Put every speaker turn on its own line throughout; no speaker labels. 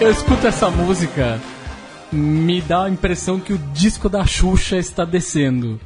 Eu escuto essa música, me dá a impressão que o disco da Xuxa está descendo.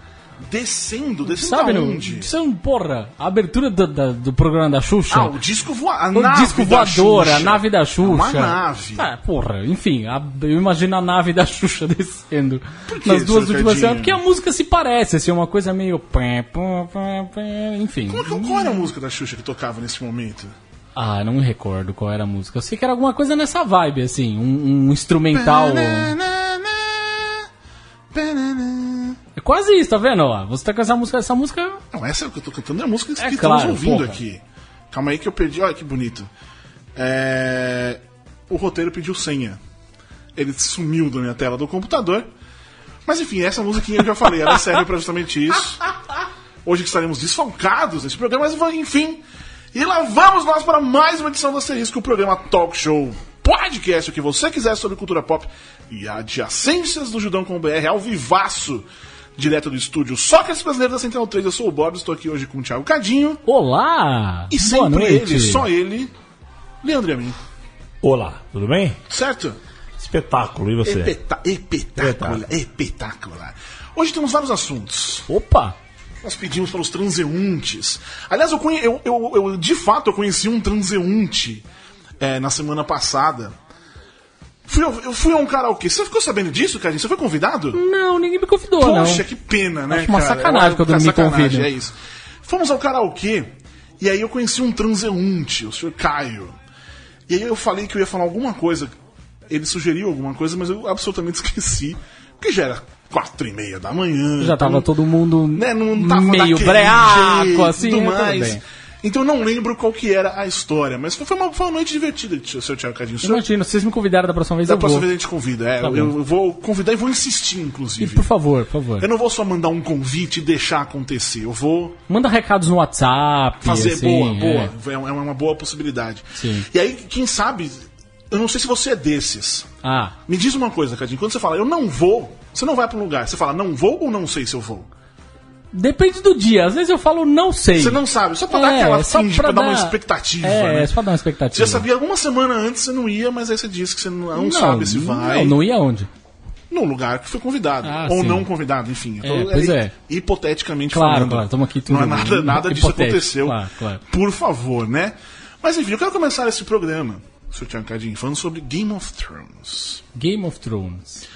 Descendo, descendo
Sabe,
da
no,
onde?
isso é um- porra, a abertura do, da- do programa da Xuxa.
Ah, o disco voador.
O disco voador, a nave da Xuxa.
É Uma nave.
Ah, porra, enfim, a- eu imagino a nave da Xuxa descendo.
que
Nas
isso,
duas últimas
Ricardinho?
cenas, porque a música se parece, assim, é uma coisa meio. pã, pã, pã, pã, Enfim.
Como é que- Qual era a música da Xuxa que tocava nesse momento?
Ah, não me recordo qual era a música. Eu sei que era alguma coisa nessa vibe, assim, um, um instrumental.
né?
É quase isso, tá vendo? ó? Você tá com essa música, essa música.
Não, essa que eu tô cantando é a música que
É
estamos
claro,
ouvindo
porra.
aqui. Calma aí que eu perdi. Olha que bonito. É, O roteiro pediu senha. Ele sumiu da minha tela do computador. Mas enfim, essa musiquinha que eu falei, ela serve pra justamente isso. Hoje que estaremos desfalcados nesse programa, mas va- enfim. E lá vamos nós para mais uma edição do Asterisco, é o programa Talk Show. Podcast, o que você quiser sobre cultura pop e adjacências do Judão com o BR ao vivaço. Direto do estúdio Sócrates Brasileiro da Central 3, eu sou o Bob, estou aqui hoje com o Thiago Cadinho.
Olá!
E
Boa
sempre
noite!
ele, só ele, Leandro e a mim.
Olá, tudo bem?
Certo?
Espetáculo, e você?
Espeta- Espetáculo, espetáculo. Hoje temos vários assuntos.
Opa!
Nós pedimos para os transeuntes. Aliás, eu, conhe... eu, eu, eu, de fato eu conheci um transeunte é, na semana passada. Fui, ao- eu fui a um karaokê. Você ficou sabendo disso, Cadinho? Você foi convidado?
Não, ninguém me convidou, não.
Poxa, que pena, né?
Acho uma
cara?
sacanagem
Eu-
quando não me
sacanagem,
convidam.
É isso. Fomos ao karaokê e aí eu conheci um transeunte, o senhor Caio. E aí eu falei que eu ia falar alguma coisa. Ele sugeriu alguma coisa, mas eu absolutamente esqueci. Porque já era quatro e meia da manhã.
Já tava
então-
todo mundo
né, não tava
meio
daquele
breaco,
jeito,
assim,
tudo
né, tudo
mais.
bem.
Então eu não lembro qual que era a história, mas foi uma, foi uma noite divertida, tio- seu Thiago Cadinho. Seu-
Imagina, vocês me convidaram da próxima vez,
da
eu
próxima
vou.
vez a gente convida. É,
Tá
eu,
bom.
eu vou convidar e vou insistir,
E
inclusive.
por favor, por favor.
Eu não vou só mandar um convite e deixar acontecer. Eu vou
Manda recados no WhatsApp.
fazer
assim,
boa,
é.
boa. É. uma- é uma boa possibilidade.
Sim.
E aí, quem sabe, eu não sei se você é desses.
Ah,
Me diz uma coisa, Cadinho. Quando você fala eu não vou, você não vai pra um lugar. Você fala não vou ou não sei se eu vou.
depende do dia. Às vezes eu falo não sei.
Você não sabe, só pra dar
É,
aquela
só
finge,
pra
pra, dar uma
dar-
expectativa.
É,
né?
é, só pra dar uma
Você
expectativa.
já sabia alguma semana antes, você não ia, mas aí você disse que você não, não sabe se vai.
Não, não ia onde?
No lugar que foi convidado.
Ah,
ou
sim.
não convidado, enfim. Então,
É, pois é.
Hipoteticamente
Claro,
falando.
claro, tamo aqui
Não é
tudo
nada, nada disso
hipotético,
aconteceu.
claro, claro.
Por favor, né? Mas enfim, eu quero começar esse programa, Sr. Tiago Cadinho, falando sobre Game of Thrones.
Game of Thrones.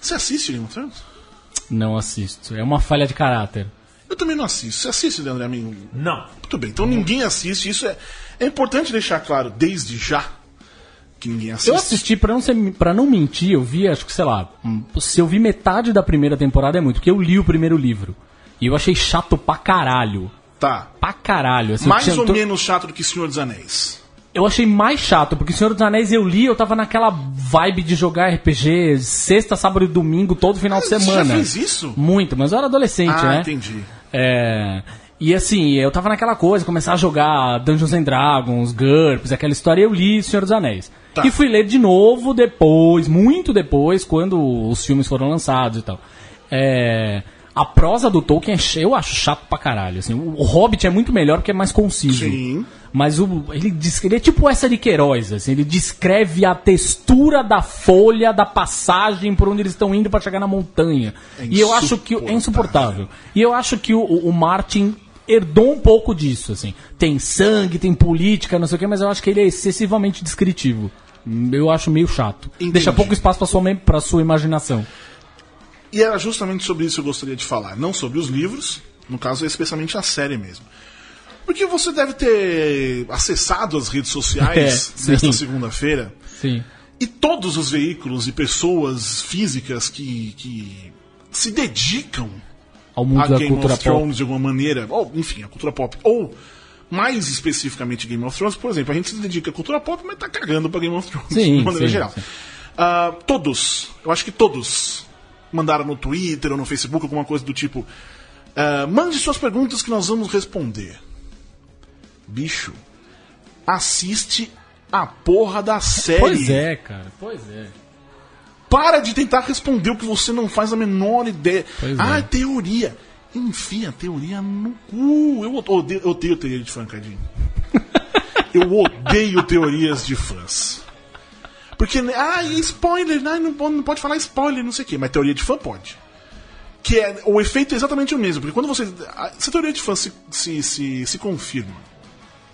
Você assiste Game of Thrones?
Não assisto. É uma falha de caráter.
Eu também não assisto. Você assiste, Leandro Amin?
Não.
Muito bem, então ninguém assiste. Isso é, é importante deixar claro desde já que ninguém assiste.
Eu assisti, pra não, ser, pra não mentir, eu vi, acho que, sei lá, hum, se eu vi metade da primeira temporada é muito, porque eu li o primeiro livro. E eu achei chato pra caralho.
Tá.
Pra caralho. assim, eu
Mais
tinha-
ou
tô-
menos chato do que Senhor dos Anéis.
Eu achei mais chato, porque Senhor dos Anéis eu li, eu tava naquela vibe de jogar RPG sexta, sábado e domingo, todo final de
Você já
semana.
fez isso?
Muito, mas eu era adolescente,
ah,
né?
entendi.
É. E assim, eu tava naquela coisa, começar a jogar Dungeons and Dragons, GURPS, aquela história, e eu li Senhor dos Anéis.
Tá.
E fui ler de novo depois, muito depois, quando os filmes foram lançados e tal. É. A prosa do Tolkien é che- eu acho chato pra caralho. Assim, o Hobbit é muito melhor porque é mais conciso.
Sim.
Mas o, ele, diz, ele é tipo essa de Queiroz, assim, ele descreve a textura da folha, da passagem por onde eles estão indo pra chegar na montanha.
É
e eu acho que é
insuportável.
insuportável. E eu acho que o, o Martin herdou um pouco disso, assim. Tem sangue, tem política, não sei o quê, mas eu acho que ele é excessivamente descritivo. Hum, Eu acho meio chato.
Entendi.
Deixa pouco espaço pra sua, mem- pra sua imaginação.
E era justamente sobre isso que eu gostaria de falar. Não sobre os livros, no caso, é especialmente a série mesmo. Porque você deve ter acessado as redes sociais
É,
nesta
sim.
segunda-feira.
Sim.
E todos os veículos e pessoas físicas que, que se dedicam
Ao mundo
a
da
Game
cultura
of
pop.
Thrones de alguma maneira, ou enfim, a cultura pop, ou mais especificamente Game of Thrones, por exemplo, a gente se dedica à cultura pop, mas tá cagando pra Game of Thrones
Sim,
de maneira
sim,
geral.
sim.
Ah, todos, eu acho que todos mandaram no Twitter ou no Facebook alguma coisa do tipo: ah, mande suas perguntas que nós vamos responder. Bicho, assiste a porra da série.
Pois é, cara. Pois é.
Para de tentar responder o que você não faz a menor ideia.
Pois
ah,
é.
teoria. Enfia a teoria no cu. Eu odeio, eu odeio teoria de fã, Cadinho. eu odeio teorias de fãs. Porque, né, ah, e spoiler, né, não, po- não pode falar spoiler, não sei o quê, mas teoria de fã pode. Que é, o efeito é exatamente o mesmo, porque quando você. a- Se a teoria de fã se, se, se, se confirma.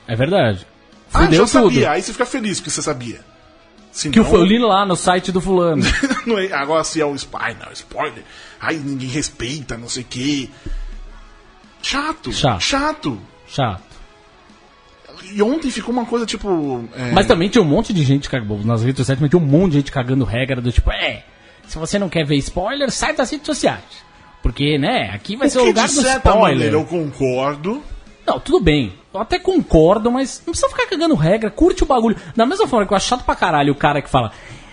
É verdade.
ah,
Fudeu
já
tudo.
sabia, Então- aí você fica feliz porque você sabia. Se
Que eu
não-
fui- eu li lá no site do fulano.
não é- agora se é um spoiler, não, spoiler. Ai, ninguém respeita, não sei o quê. Chato,
Chato.
chato.
Chato.
E ontem ficou uma coisa tipo. é,
Mas também tinha um monte de gente cagando. Nas redes sociais também tinha um monte de gente cagando regra do tipo, é, se você não quer ver spoiler, sai das redes sociais. Porque, né, aqui vai ser o
que
lugar
de
do
certa
spoiler.
maneira eu concordo.
Não, tudo bem. Eu até concordo, mas não precisa ficar cagando regra, curte o bagulho. Da mesma forma que eu acho chato pra caralho o cara que fala.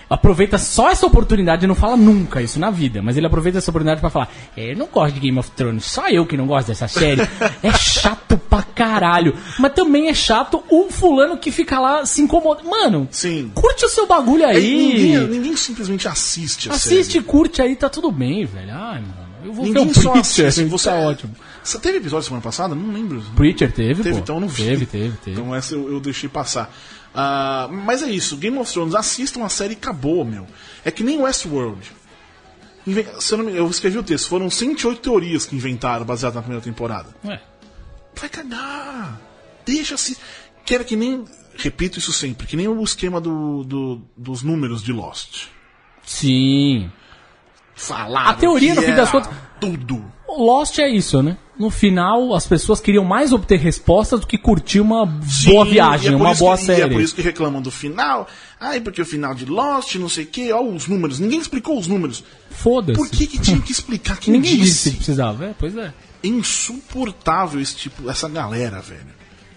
Aproveita só essa oportunidade e não fala nunca isso na vida, mas ele aproveita essa oportunidade pra falar: "É, Eu não gosto de Game of Thrones, só eu que não gosto dessa série. é chato pra caralho. Mas também é chato o fulano que fica lá se incomodando. Mano,
Sim.
curte o seu bagulho
É,
aí.
Ninguém, ninguém simplesmente assiste a
assiste,
série.
curte aí, tá tudo bem, velho. Ai, mano, eu vou
Ninguém
ver o
só
Preacher.
assiste. Você
tá
é
ótimo.
Você teve episódio semana passada? Não lembro.
Preacher teve,
Teve,
pô.
então eu não vi.
Teve, teve, teve.
Então essa eu, eu deixei passar. Ah, mas é isso, Game of Thrones, assistam a série e acabou, meu. É que nem Westworld. Inven- se eu, não me- eu escrevi o texto, foram 108 teorias que inventaram baseado na primeira temporada.
Ué.
Vai cagar! Deixa-se. Que era que nem. Repito isso sempre, que nem o esquema do, do- dos números de Lost.
Sim.
Falaram.
A teoria,
que
no fim das
era
contas-
Tudo.
O Lost é isso, né? No final, as pessoas queriam mais obter respostas do que curtir uma boa
Sim,
viagem,
e é por
uma
isso
boa
que- E é
série.
por isso que reclamam do final. Ai, porque o final de Lost, não sei o quê, ó, os números. Ninguém explicou os números. Por
Foda-se.
que, que tinha que explicar quem
Ninguém disse
disse?
que precisava. É, pois é.
É insuportável esse tipo, essa galera, velho.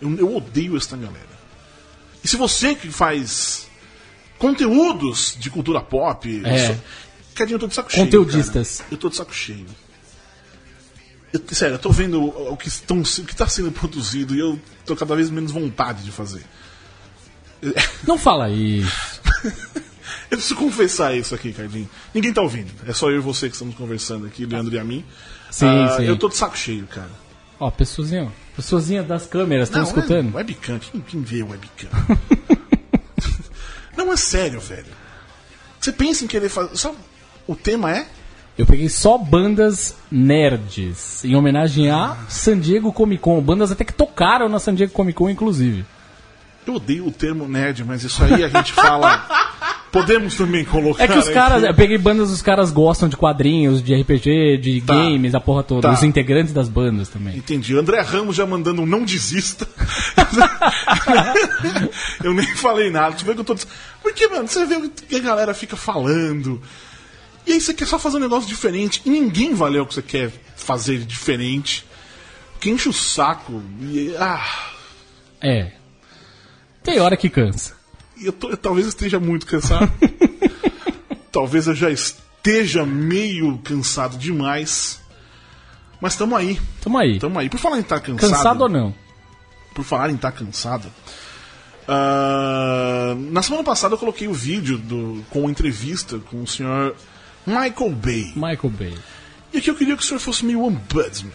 Eu, eu odeio essa galera. E se você que faz conteúdos de cultura pop,
É.
isso- Cadinho, eu tô de saco cheio.
Conteudistas.
cara. Eu tô de saco cheio. Eu- sério, eu tô vendo o, o que estão, se- o que tá sendo produzido e eu tô cada vez menos vontade de fazer.
Não fala isso.
Eu preciso confessar isso aqui, Cardinho. Ninguém tá ouvindo. É só eu e você que estamos conversando aqui, Leandro e a mim.
Sim,
Ah,
sim.
Eu tô de saco cheio, cara.
Ó, pessoazinha, ó. pessoazinha das câmeras, estão
Não,
Tá escutando?
É webcam, quem, quem vê webcam? não, é sério, velho. Você pensa em querer fazer. Sabe, o tema é.
Eu peguei só bandas nerds, em homenagem a San Diego Comic Con. Bandas até que tocaram na San Diego Comic Con, inclusive.
Eu odeio o termo nerd, mas isso aí a gente fala. Podemos também colocar.
É que os
aqui.
caras. Eu peguei bandas, os caras gostam de quadrinhos, de RPG, de
Tá.
games, a porra toda.
Tá.
Os integrantes das bandas também.
Entendi. André Ramos já mandando um não desista. eu nem falei nada. Tipo, é que eu tô... des- Porque, mano, você vê o que a galera fica falando. E aí você quer só fazer um negócio diferente. E ninguém valeu o que você quer fazer diferente. Que enche o saco. E, ah,
É. Tem hora que cansa.
eu, tô- eu talvez esteja muito cansado. talvez eu já esteja meio cansado demais. Mas tamo aí.
Tamo aí.
Tamo aí. Por falar em tá estar
cansado, ou não?
por falar em estar cansado. ah, na semana passada eu coloquei o vídeo do, com a entrevista com o senhor Michael Bay.
Michael Bay.
E aqui eu queria que o senhor fosse meio ombudsman.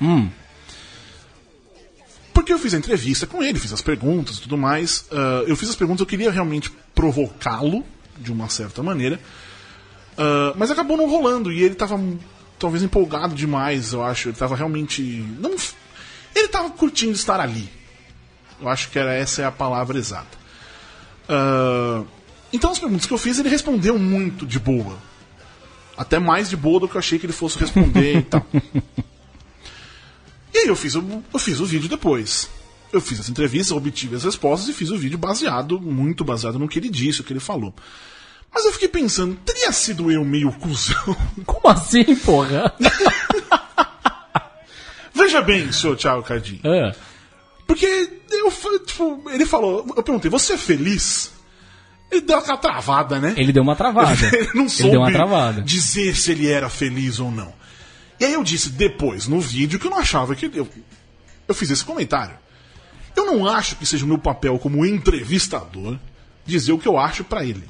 Hum.
Porque eu fiz a entrevista com ele, fiz as perguntas e tudo mais. ah, eu fiz as perguntas, eu queria realmente provocá-lo de uma certa maneira. Ah, mas acabou não rolando e ele tava hum, talvez empolgado demais, eu acho. Ele tava realmente. Não, f- ele tava curtindo estar ali. Eu acho que era essa é a palavra exata. Ah, então as perguntas que eu fiz, ele respondeu muito de boa. Até mais de boa do que eu achei que ele fosse responder e tal. E aí eu fiz, o- eu fiz o vídeo depois. Eu fiz as entrevistas, obtive as respostas e fiz o vídeo baseado, muito baseado no que ele disse, o que ele falou. Mas eu fiquei pensando, teria sido eu meio cuzão?
Como assim, porra?
Veja bem, senhor Thiago Cardim.
Ah,
Porque eu fa- tipo, ele falou, eu perguntei, você é feliz? Ele deu aquela travada, né?
ele deu uma travada.
Ele não
ele
soube
deu uma travada.
dizer se ele era feliz ou não. E aí eu disse depois no vídeo que eu não achava que. Eu, eu fiz esse comentário. Eu não acho que seja o meu papel como entrevistador dizer o que eu acho pra ele.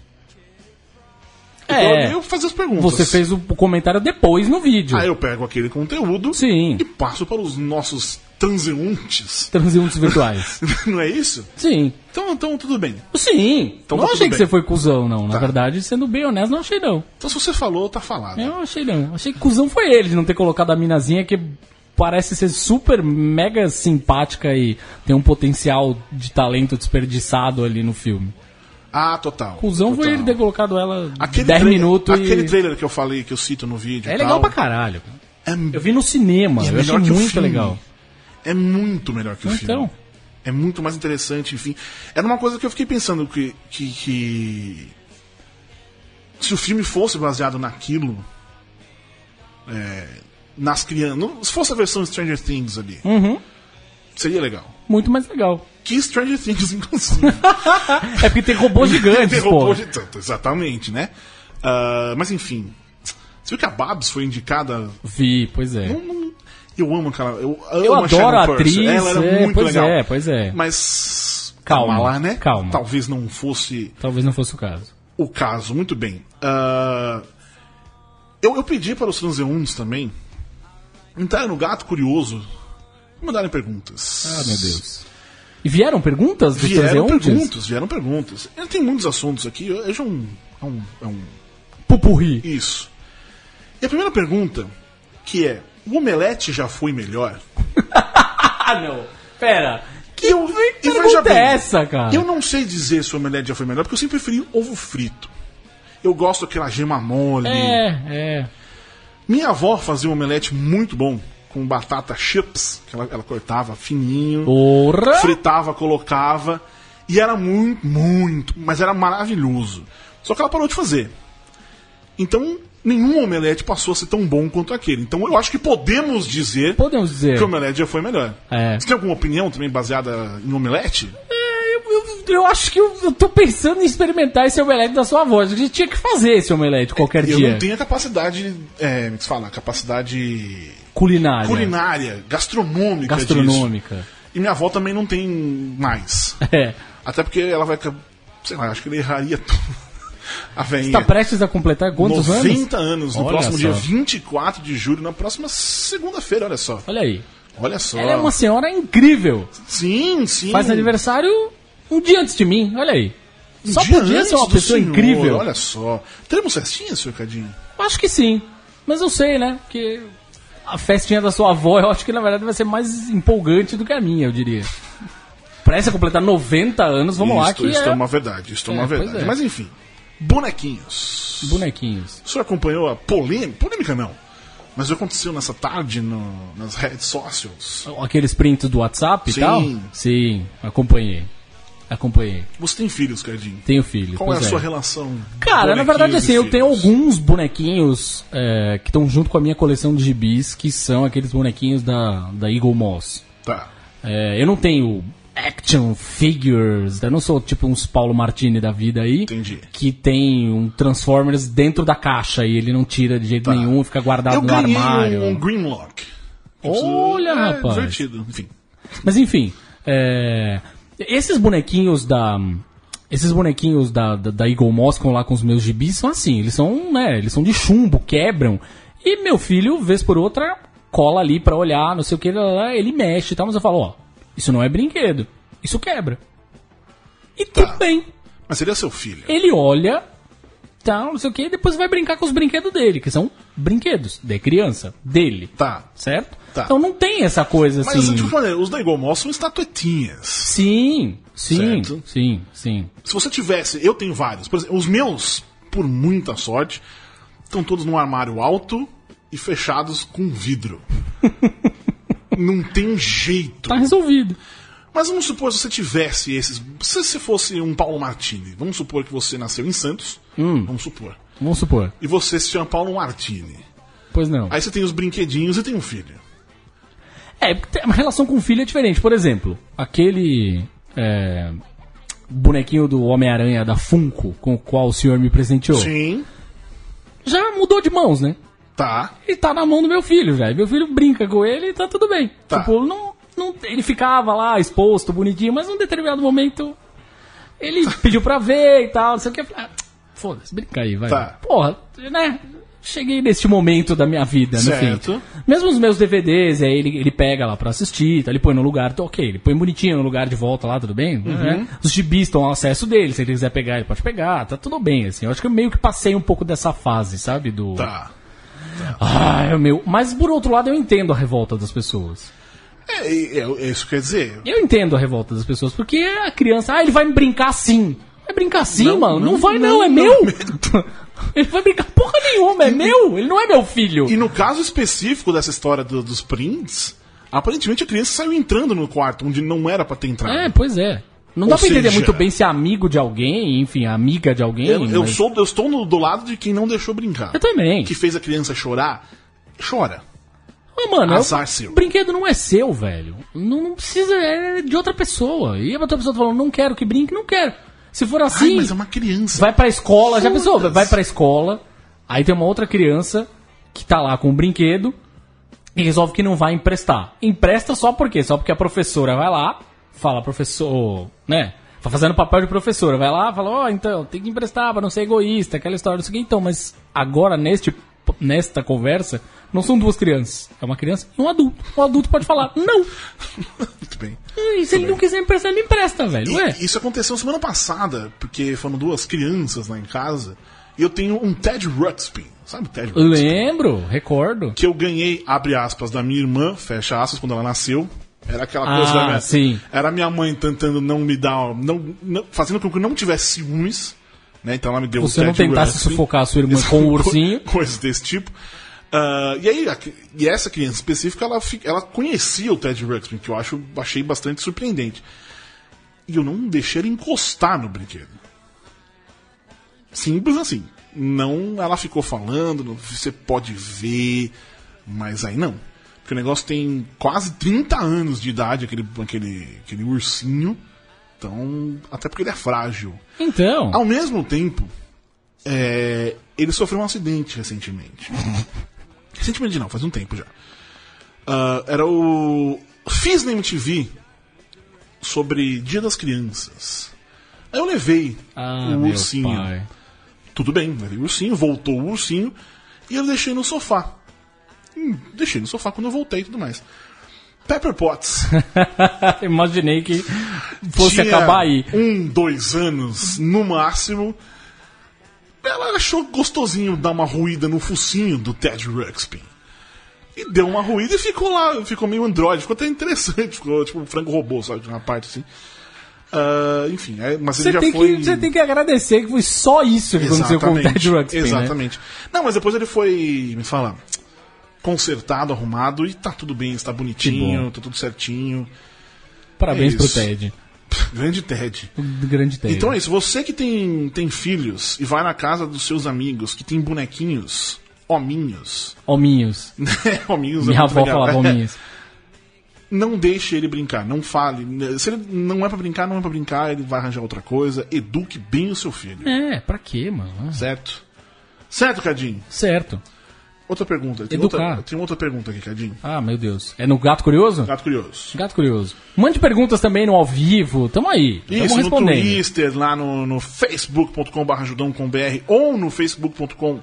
É,
computador
É.
e eu fazia as perguntas.
Você fez o comentário depois no vídeo.
Aí Ah, eu pego aquele conteúdo
Sim.
e passo para os nossos transeuntes.
Transeuntes um virtuais.
Não é isso?
Sim.
Então, então tudo bem.
Sim.
Então
não
tá
achei
tudo
que você
bem.
foi cuzão, não. Na
Tá.
verdade, sendo bem honesto, não achei não.
Então se você falou, tá falado.
Eu achei não. Achei que cuzão foi ele de não ter colocado a minazinha que parece ser super mega simpática e tem um potencial de talento desperdiçado ali no filme.
Ah, total.
Cuzão foi
Total.
ele ter colocado ela
Aquele
10
trailer-
minutos
Aquele
e...
trailer que eu falei, que eu cito no vídeo.
É
e
legal
tal,
pra caralho.
É,
Eu vi no cinema,
é
eu achei
melhor que o
muito
filme.
legal.
é muito melhor que o
Então.
filme. É muito mais interessante, enfim. Era uma coisa que eu fiquei pensando que. que, que- Se o filme fosse baseado naquilo. é, nas crianças. não- Se fosse a versão Stranger Things ali. Seria legal.
Muito mais legal.
Que Stranger Things, inclusive.
É porque tem robôs gigantes,
Tem robô
pô.
de tanto, exatamente, né? Ah, mas enfim. Você viu que a Babs foi indicada.
Vi, pois é.
Não- não- eu amo aquela. Eu, amo
Eu
a
adoro
Shannon
a
Purser,
atriz.
Ela era
é,
muito
pois
legal.
é, pois é.
Mas.
Calma,
lá, né?
calma.
Talvez não fosse
Talvez não fosse o caso.
o caso. Muito bem. Ah, eu, eu pedi para os transeuntes também entrarem no gato curioso e mandarem perguntas.
Ah, meu Deus. E vieram perguntas do
Vieram
transeuntes?
perguntas, vieram perguntas. Tem muitos assuntos aqui. Hoje é um- é um- é um
Pupurri.
Isso. E a primeira pergunta, que é: o omelete já foi melhor?
Ah, não. Pera.
Que eu,
que
veja
pergunta
bem,
é essa, cara?
Eu não sei dizer se o omelete já foi melhor, porque eu sempre preferi ovo frito. Eu gosto daquela gema mole. Hum.
É, é.
Minha avó fazia um omelete muito bom, com batata chips, que ela, ela cortava fininho,
Porra!
fritava, colocava. E era muito, muito, mas era maravilhoso. Só que ela parou de fazer. Então, nenhum omelete passou a ser tão bom quanto aquele. Então, eu acho que podemos dizer
Podemos dizer.
que o omelete já foi melhor.
É.
Você tem alguma opinião também baseada em omelete?
É, eu, eu- eu acho que eu, eu tô pensando em experimentar esse omelete da sua avó. A gente tinha que fazer esse omelete qualquer
Eu
dia.
não tenho a capacidade, é, me fala, a capacidade
Culinária.
culinária, gastronômica disso.
Gastronômica.
E minha avó também não tem mais.
É.
Até porque ela vai, ca- sei lá, acho que ele erraria tudo. A veinha.
Tá prestes a completar quantos
90
anos?
anos, no
Olha
próximo
só.
dia 24 de julho, na próxima segunda-feira, olha só.
Olha aí.
Olha só.
Ela é uma senhora incrível.
Sim, sim.
Faz aniversário um dia antes de mim. Olha aí.
Um
Só
dia
podia ser uma
antes do
pessoa
senhor,
incrível.
Olha só. Teremos festinha, seu Cadinho?
Acho que sim. Mas eu sei, né? Porque a festinha da sua avó, eu acho que na verdade vai ser mais empolgante do que a minha, eu diria. Parece completar 90 anos, vamos lá,
Isto,
que
isto
é,
é... uma verdade, isto é,
É,
uma
pois
verdade.
é.
Mas enfim, bonequinhos.
bonequinhos.
O senhor acompanhou a polêmica? Polêmica não. Mas o que aconteceu nessa tarde no- nas redes socials?
Aqueles prints do WhatsApp
Sim.
e tal? Sim, acompanhei. Acompanhei.
Você tem filhos, Cadinho?
Tenho filho.
Qual é
pois
a sua relação?
Cara, na
bonequinhos
verdade,
e
assim, eu tenho
filhos?
alguns bonequinhos é, que estão junto com a minha coleção de gibis, que são aqueles bonequinhos da, da Eagle Moss.
Tá.
É, eu não tenho action figures, eu não sou tipo uns Paulo Martini da vida aí.
Entendi.
Que tem um Transformers dentro da caixa e ele não tira de jeito nenhum, fica guardado
Tá. Eu
no
ganhei
armário.
um Grimlock. Eu
Olha,
preciso- é,
rapaz.
divertido. Enfim.
Mas enfim, é, esses bonequinhos da. Esses bonequinhos da, da, da Eagle Moss que estão lá com os meus gibis são assim, eles são, né, eles são de chumbo, quebram. E meu filho, vez por outra, cola ali pra olhar, não sei o que, lá, lá, ele mexe e tal, mas eu falo, ó, isso não é brinquedo, isso quebra. E
Tá.
tudo bem.
Mas seria seu filho.
ele olha, tal, não sei o que, e depois vai brincar com os brinquedos dele, que são brinquedos de criança, dele,
Tá.
certo?
Tá.
Então não tem essa coisa assim.
Mas, assim, de qualquer maneira, os da Eagle Moss são estatuetinhas.
Sim, sim,
Certo.
sim, sim.
Se você tivesse... Eu tenho vários. Por exemplo, os meus, por muita sorte, estão todos num armário alto e fechados com vidro. Não tem jeito.
Tá resolvido.
Mas vamos supor se você tivesse esses. Se você fosse um Paulo Martini, vamos supor que você nasceu em Santos.
Hum.
Vamos supor.
Vamos supor.
E você se chama Paulo Martini.
Pois não.
Aí você tem os brinquedinhos e tem um filho.
É, porque a relação com o filho é diferente. Por exemplo, aquele é, bonequinho do Homem-Aranha da Funko, com o qual o senhor me presenteou,
Sim.
já mudou de mãos, né?
Tá.
Ele tá na mão do meu filho já. E Meu filho brinca com ele e tá tudo bem.
Tá.
Tipo, não, não, ele ficava lá exposto, bonitinho, mas num determinado momento ele pediu pra ver e tal, não sei o que. Eu falei, "Ah, Foda-se, brinca aí, vai.
Tá.
Porra, né? Cheguei neste momento da minha vida, no
Certo.
fim. Mesmo os meus DVDs, aí ele, ele pega lá pra assistir, tá, ele põe no lugar, tá, ok, ele põe bonitinho no lugar de volta lá, tudo bem?
Uhum.
né? Os gibis estão ao acesso dele, se ele quiser pegar, ele pode pegar, tá tudo bem, assim. Eu acho que eu meio que passei um pouco dessa fase, sabe? Do.
Tá.
Ai, é meu. Mas por outro lado, eu entendo a revolta das pessoas.
É, é, é isso que quer dizer.
Eu entendo a revolta das pessoas, porque a criança, ah, ele vai me brincar sim. Vai brincar assim,
Não,
mano? Não,
não,
vai, não,
não,
é
não,
meu! ele vai brincar porra nenhuma, é meu! Ele não é meu filho!
E no caso específico dessa história do- dos prints, aparentemente a criança saiu entrando no quarto onde não era pra ter entrado.
É, pois é. Não
Ou
dá pra entender
seja-
muito bem se é amigo de alguém, enfim, amiga de alguém.
eu, eu
É, mas-
sou, eu estou no- do lado de quem não deixou brincar.
Eu também.
Que fez a criança chorar. Chora.
Mas, mano,
Azar
eu-
seu.
o brinquedo não é seu, velho. Não, não precisa, é de outra pessoa. E a outra pessoa tá falando, não quero que brinque, não quero. Se for assim.
Ai, mas é uma criança.
Vai pra escola, já
Foda-se.
pensou? Vai pra escola, aí tem uma outra criança que tá lá com um brinquedo e resolve que não vai emprestar. Empresta só por quê? Só porque a professora vai lá, fala, professor, né? Tá fazendo papel de professora, vai lá, fala, ó, então, tem que emprestar pra não ser egoísta, aquela história, não sei o que. Então, mas agora, neste, nesta conversa, não são duas crianças. É uma criança e um adulto. O adulto pode falar, não.
Muito bem.
E se ele não quiser emprestar, ele empresta, velho.
E-
Ué.
isso aconteceu semana passada, porque foram duas crianças lá em casa. E eu tenho um Ted Ruxpin. Sabe o Ted Ruxpin?
Lembro, recordo.
que eu ganhei, abre aspas, da minha irmã, fecha aspas, quando ela nasceu. Era aquela
Ah,
coisa da minha.
sim.
Era minha mãe tentando não me dar. Não, não- fazendo com que eu não tivesse ciúmes. Né? Então ela me deu
Você
o
não
Ted
tentasse
Ruxpin.
sufocar a sua irmã com o ursinho.
Coisas desse tipo. Ah, e aí, a- e essa criança específica, ela, fi- ela conhecia o Ted Ruxpin, que eu acho, achei bastante surpreendente. E eu não deixei ela encostar no brinquedo. Simples assim. Não, ela ficou falando, não- você pode ver, mas aí não. Porque o negócio tem quase 30 anos de idade, aquele, aquele, aquele ursinho. Então, até porque ele é frágil.
Então.
Ao mesmo tempo, é, ele sofreu um acidente recentemente. recentemente não, faz um tempo já. Ah, era o. Fiz na MTV sobre Dia das Crianças. Aí eu levei
Ah,
o
meu
ursinho.
pai.
Tudo bem, levei o ursinho, voltou o ursinho e eu deixei no sofá. Hum, deixei no sofá quando eu voltei e tudo mais. Pepper Potts.
Imaginei que fosse
tinha
acabar aí.
Um, dois anos, no máximo. Ela achou gostosinho dar uma ruída no focinho do Ted Ruxpin. E deu uma ruída e ficou lá, ficou meio androide, ficou até interessante, ficou tipo um frango robô, sabe? Uma parte assim. Ah, enfim, é- mas ele
Você
já
tem,
foi.
que, você tem que agradecer que foi só isso que aconteceu com o Ted Ruxpin, né?
Exatamente. Não, mas depois ele foi, me fala, consertado, arrumado, e tá tudo bem, está bonitinho, tá tudo certinho.
Parabéns
É
pro
isso.
Ted.
Grande Ted.
O grande Ted.
Então é isso, você que tem, tem filhos e vai na casa dos seus amigos que tem bonequinhos, hominhos,
Hominhos.
né? Hominhos é
Minha
muito
avó
legal.
falava hominhos.
Não deixe ele brincar, não fale. Se ele não é pra brincar, não é pra brincar, ele vai arranjar outra coisa. Eduque bem o seu filho,
É, pra quê, mano?
certo? Certo, Cadinho?
Certo.
Outra pergunta. Tem
Educar.
outra, tem outra pergunta aqui, Cadinho.
Ah, meu Deus. É no Gato Curioso?
Gato curioso.
Gato Curioso. Mande perguntas também no ao vivo. Tamo aí. Tamo
Isso, no
Então, respondendo.
Twitter, lá no, no facebook.com barra judão.com.br ou no facebook.com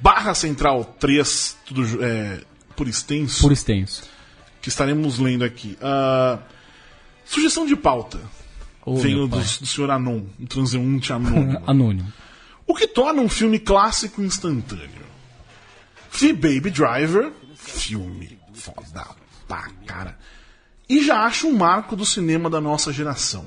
barra central 3, tudo ju- é, por extenso.
Por extenso.
que estaremos lendo aqui. Ah, sugestão de pauta.
Ô,
Veio
meu
do,
pai.
do senhor Anon, um transeunte anônimo.
Anônimo.
o que torna um filme clássico instantâneo? The Baby Driver, filme foda pra cara. E já acho um marco do cinema da nossa geração.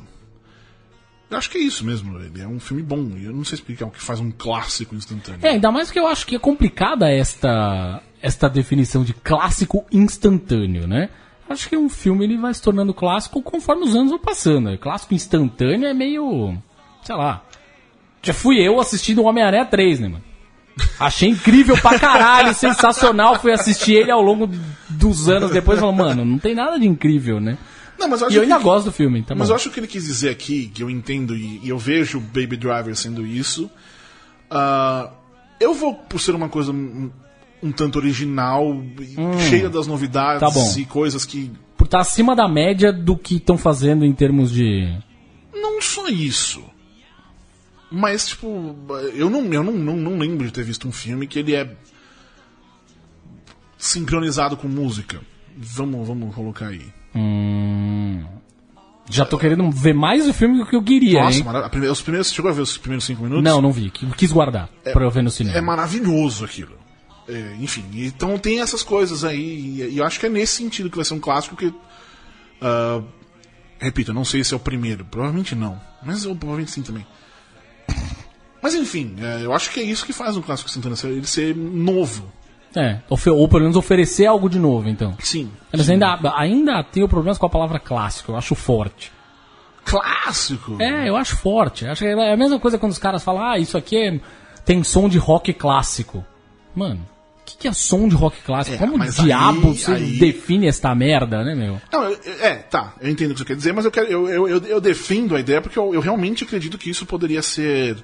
Eu acho que é isso mesmo, ele é um filme bom. e Eu não sei explicar o que faz um clássico instantâneo.
É, ainda mais que eu acho que é complicada esta, esta definição de clássico instantâneo, né? Acho que um filme ele vai se tornando clássico conforme os anos vão passando. Clássico instantâneo é meio. sei lá. Já fui eu assistindo Homem-Aranha 3, né, mano? Achei incrível pra caralho, sensacional. Fui assistir ele ao longo dos anos depois e falando, mano, não tem nada de incrível, né?
Não, mas
E eu ainda
que-
gosto do filme, tá
Mas
bom.
eu acho que ele quis dizer aqui, que eu entendo e, e eu vejo o Baby Driver sendo isso. ah, eu vou, por ser uma coisa um, um tanto original, e cheia das novidades
Hum. Tá bom.
e coisas que.
Por estar acima da média do que estão fazendo em termos de.
Não só isso. Mas, tipo, eu, não, eu não, não, não lembro de ter visto um filme que ele é sincronizado com música. Vamos, vamos colocar aí.
Hum. Já tô querendo ver mais o filme do que eu queria,
Nossa,
hein?
mara- a primeira- os primeiros, você chegou a ver os primeiros cinco minutos?
Não, não vi. que- Quis guardar pra eu ver no cinema.
É maravilhoso aquilo. É, enfim, então tem essas coisas aí. E, e eu acho que é nesse sentido que vai ser um clássico que. ah, repito, eu não sei se é o primeiro. Provavelmente não. Mas eu, provavelmente sim também. Mas enfim, é, eu acho que é isso que faz um clássico Santana ser- ele ser novo.
É, ofe- ou pelo menos oferecer algo de novo, então.
Sim.
Eles ainda, ainda tenho problemas com a palavra clássico, eu acho forte.
Clássico!
É, eu acho forte. Acho que é a mesma coisa quando os caras falam, ah, isso aqui é- tem som de rock clássico. Mano, o que, que é som de rock clássico?
É,
Como
mas
diabo
aí-
você
aí-
define esta merda, né, meu?
Não, eu- eu- é, tá, eu entendo o que você quer dizer, mas eu, quero, eu, eu, eu, eu defendo a ideia porque eu, eu realmente acredito que isso poderia ser.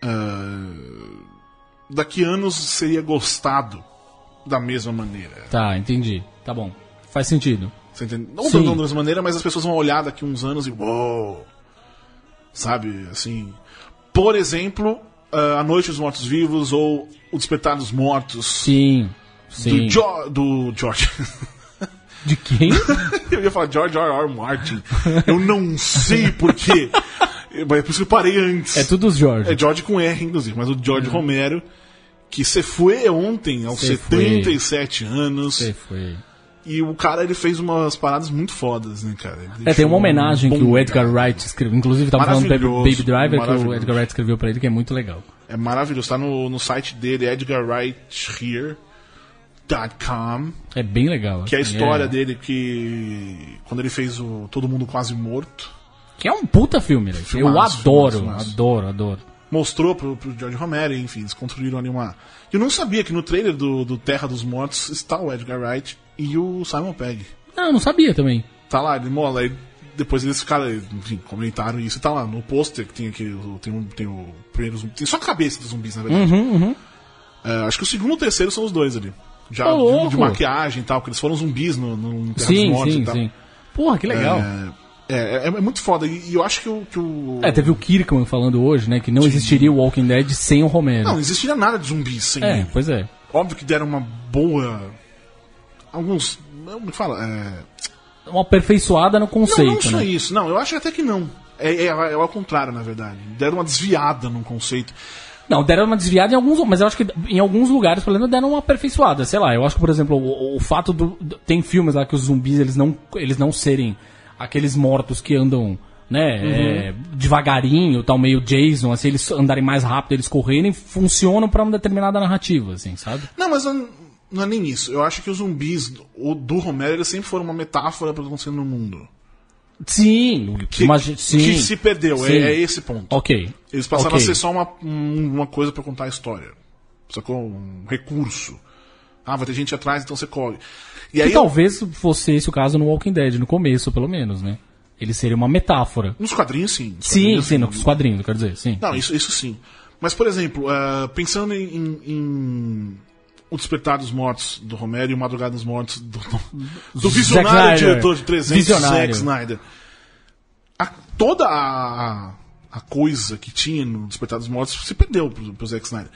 ah, daqui anos seria gostado da mesma maneira.
Tá, entendi. Tá bom. Faz sentido.
Você entende? Não,
Sim.
não da mesma maneira, mas as pessoas vão olhar daqui uns anos e. Uou! Sabe, assim. Por exemplo, ah, A Noite dos Mortos Vivos ou O Despertar dos Mortos.
Sim.
Do,
Sim.
jo do George.
De quem?
Eu ia falar George R. R. Martin. Eu não sei porquê. Mas é por isso que eu parei antes.
é tudo os Jorge.
É George com R, inclusive, mas o George Romero, que se foi ontem, aos
Se foi.
77 anos.
Sei, foi.
E o cara, ele fez umas paradas muito fodas, né, cara? Ele
É, tem
deixou
uma homenagem
um
que o
bom
Edgar
legado.
Wright escreveu. Inclusive, tava falando do Baby,
Maravilhoso,
Baby Driver, que o
maravilhoso.
Edgar Wright escreveu pra ele, que é muito legal.
É maravilhoso. Tá no, no site dele, edgarwrighthere.com.
É bem legal.
Que é a
assim,
história dele que. Quando ele fez o Todo Mundo Quase Morto.
Que é um puta filme, né? Eu
Filmaço,
adoro,
filmaço,
adoro, adoro.
mostrou pro, pro George Romero, enfim, eles construíram ali uma. Eu não sabia que no trailer do, do Terra dos Mortos está o Edgar Wright e o Simon Pegg.
Ah, eu não sabia também.
Tá lá, ele mola, aí depois eles ficaram, enfim, comentaram isso, tá lá no pôster que tem aquele. o- Tem, um, tem o primeiro zumbi, tem só a cabeça dos zumbis, na verdade.
Uhum,
É, acho que o segundo e o terceiro são os dois ali. Já
Ô,
de- de,
louco!
maquiagem e tal, porque eles foram zumbis no, no Terra dos
sim,
Mortos
sim,
e tal.
sim. Porra, que legal.
É, é, é- é muito foda. E, e eu acho que o. Que o...
É. teve o Kirkman falando hoje, né, que não existiria o Walking Dead sem o Romero.
Não, não existiria nada de zumbis sem
é,
ele.
pois é.
Óbvio que deram uma boa. Alguns. Não me fala. É...
Uma aperfeiçoada no
Não, não
conceito,
só
né?
isso. Não, eu acho até que não. É, é, é ao contrário, na verdade. Deram uma desviada num conceito.
Não, deram uma desviada em alguns, mas eu acho que em alguns lugares, pelo menos, deram uma aperfeiçoada. Sei lá, eu acho que, por exemplo, o, o fato do, do- Tem filmes lá que os zumbis, eles não, eles não serem aqueles mortos que andam, né,
Uhum.
é, devagarinho, tal, meio Jason, assim, eles andarem mais rápido, eles correrem, funcionam pra uma determinada narrativa, assim, sabe?
Não, mas não, não é nem isso. Eu acho que os zumbis o do Romero eles sempre foram uma metáfora para o que tá acontecendo no mundo.
Sim,
Que,
imagi- sim.
que se perdeu. É,
Sim.
é esse ponto.
Ok.
Eles passaram
ok.
a ser só uma, um- uma coisa pra contar a história. Sacou? Um recurso. Ah, vai ter gente atrás, então você corre. E
Que
aí,
talvez fosse esse o caso no Walking Dead, no começo, pelo menos, né? Ele seria uma metáfora.
nos quadrinhos, sim. Nos
Sim,
quadrinhos,
sim, nos quadrinhos, quero dizer, sim.
Não, Tá, isso, isso sim. Mas, por exemplo, ah, pensando em, em- em O Despertar dos Mortos do Romero e O Madrugada dos Mortos do, do, do
Zack
visionário
Snyder.
diretor de 300,
Visionário.
Zack Snyder. A- toda a, a coisa que tinha no Despertar dos Mortos se perdeu pro, pro Zack Snyder.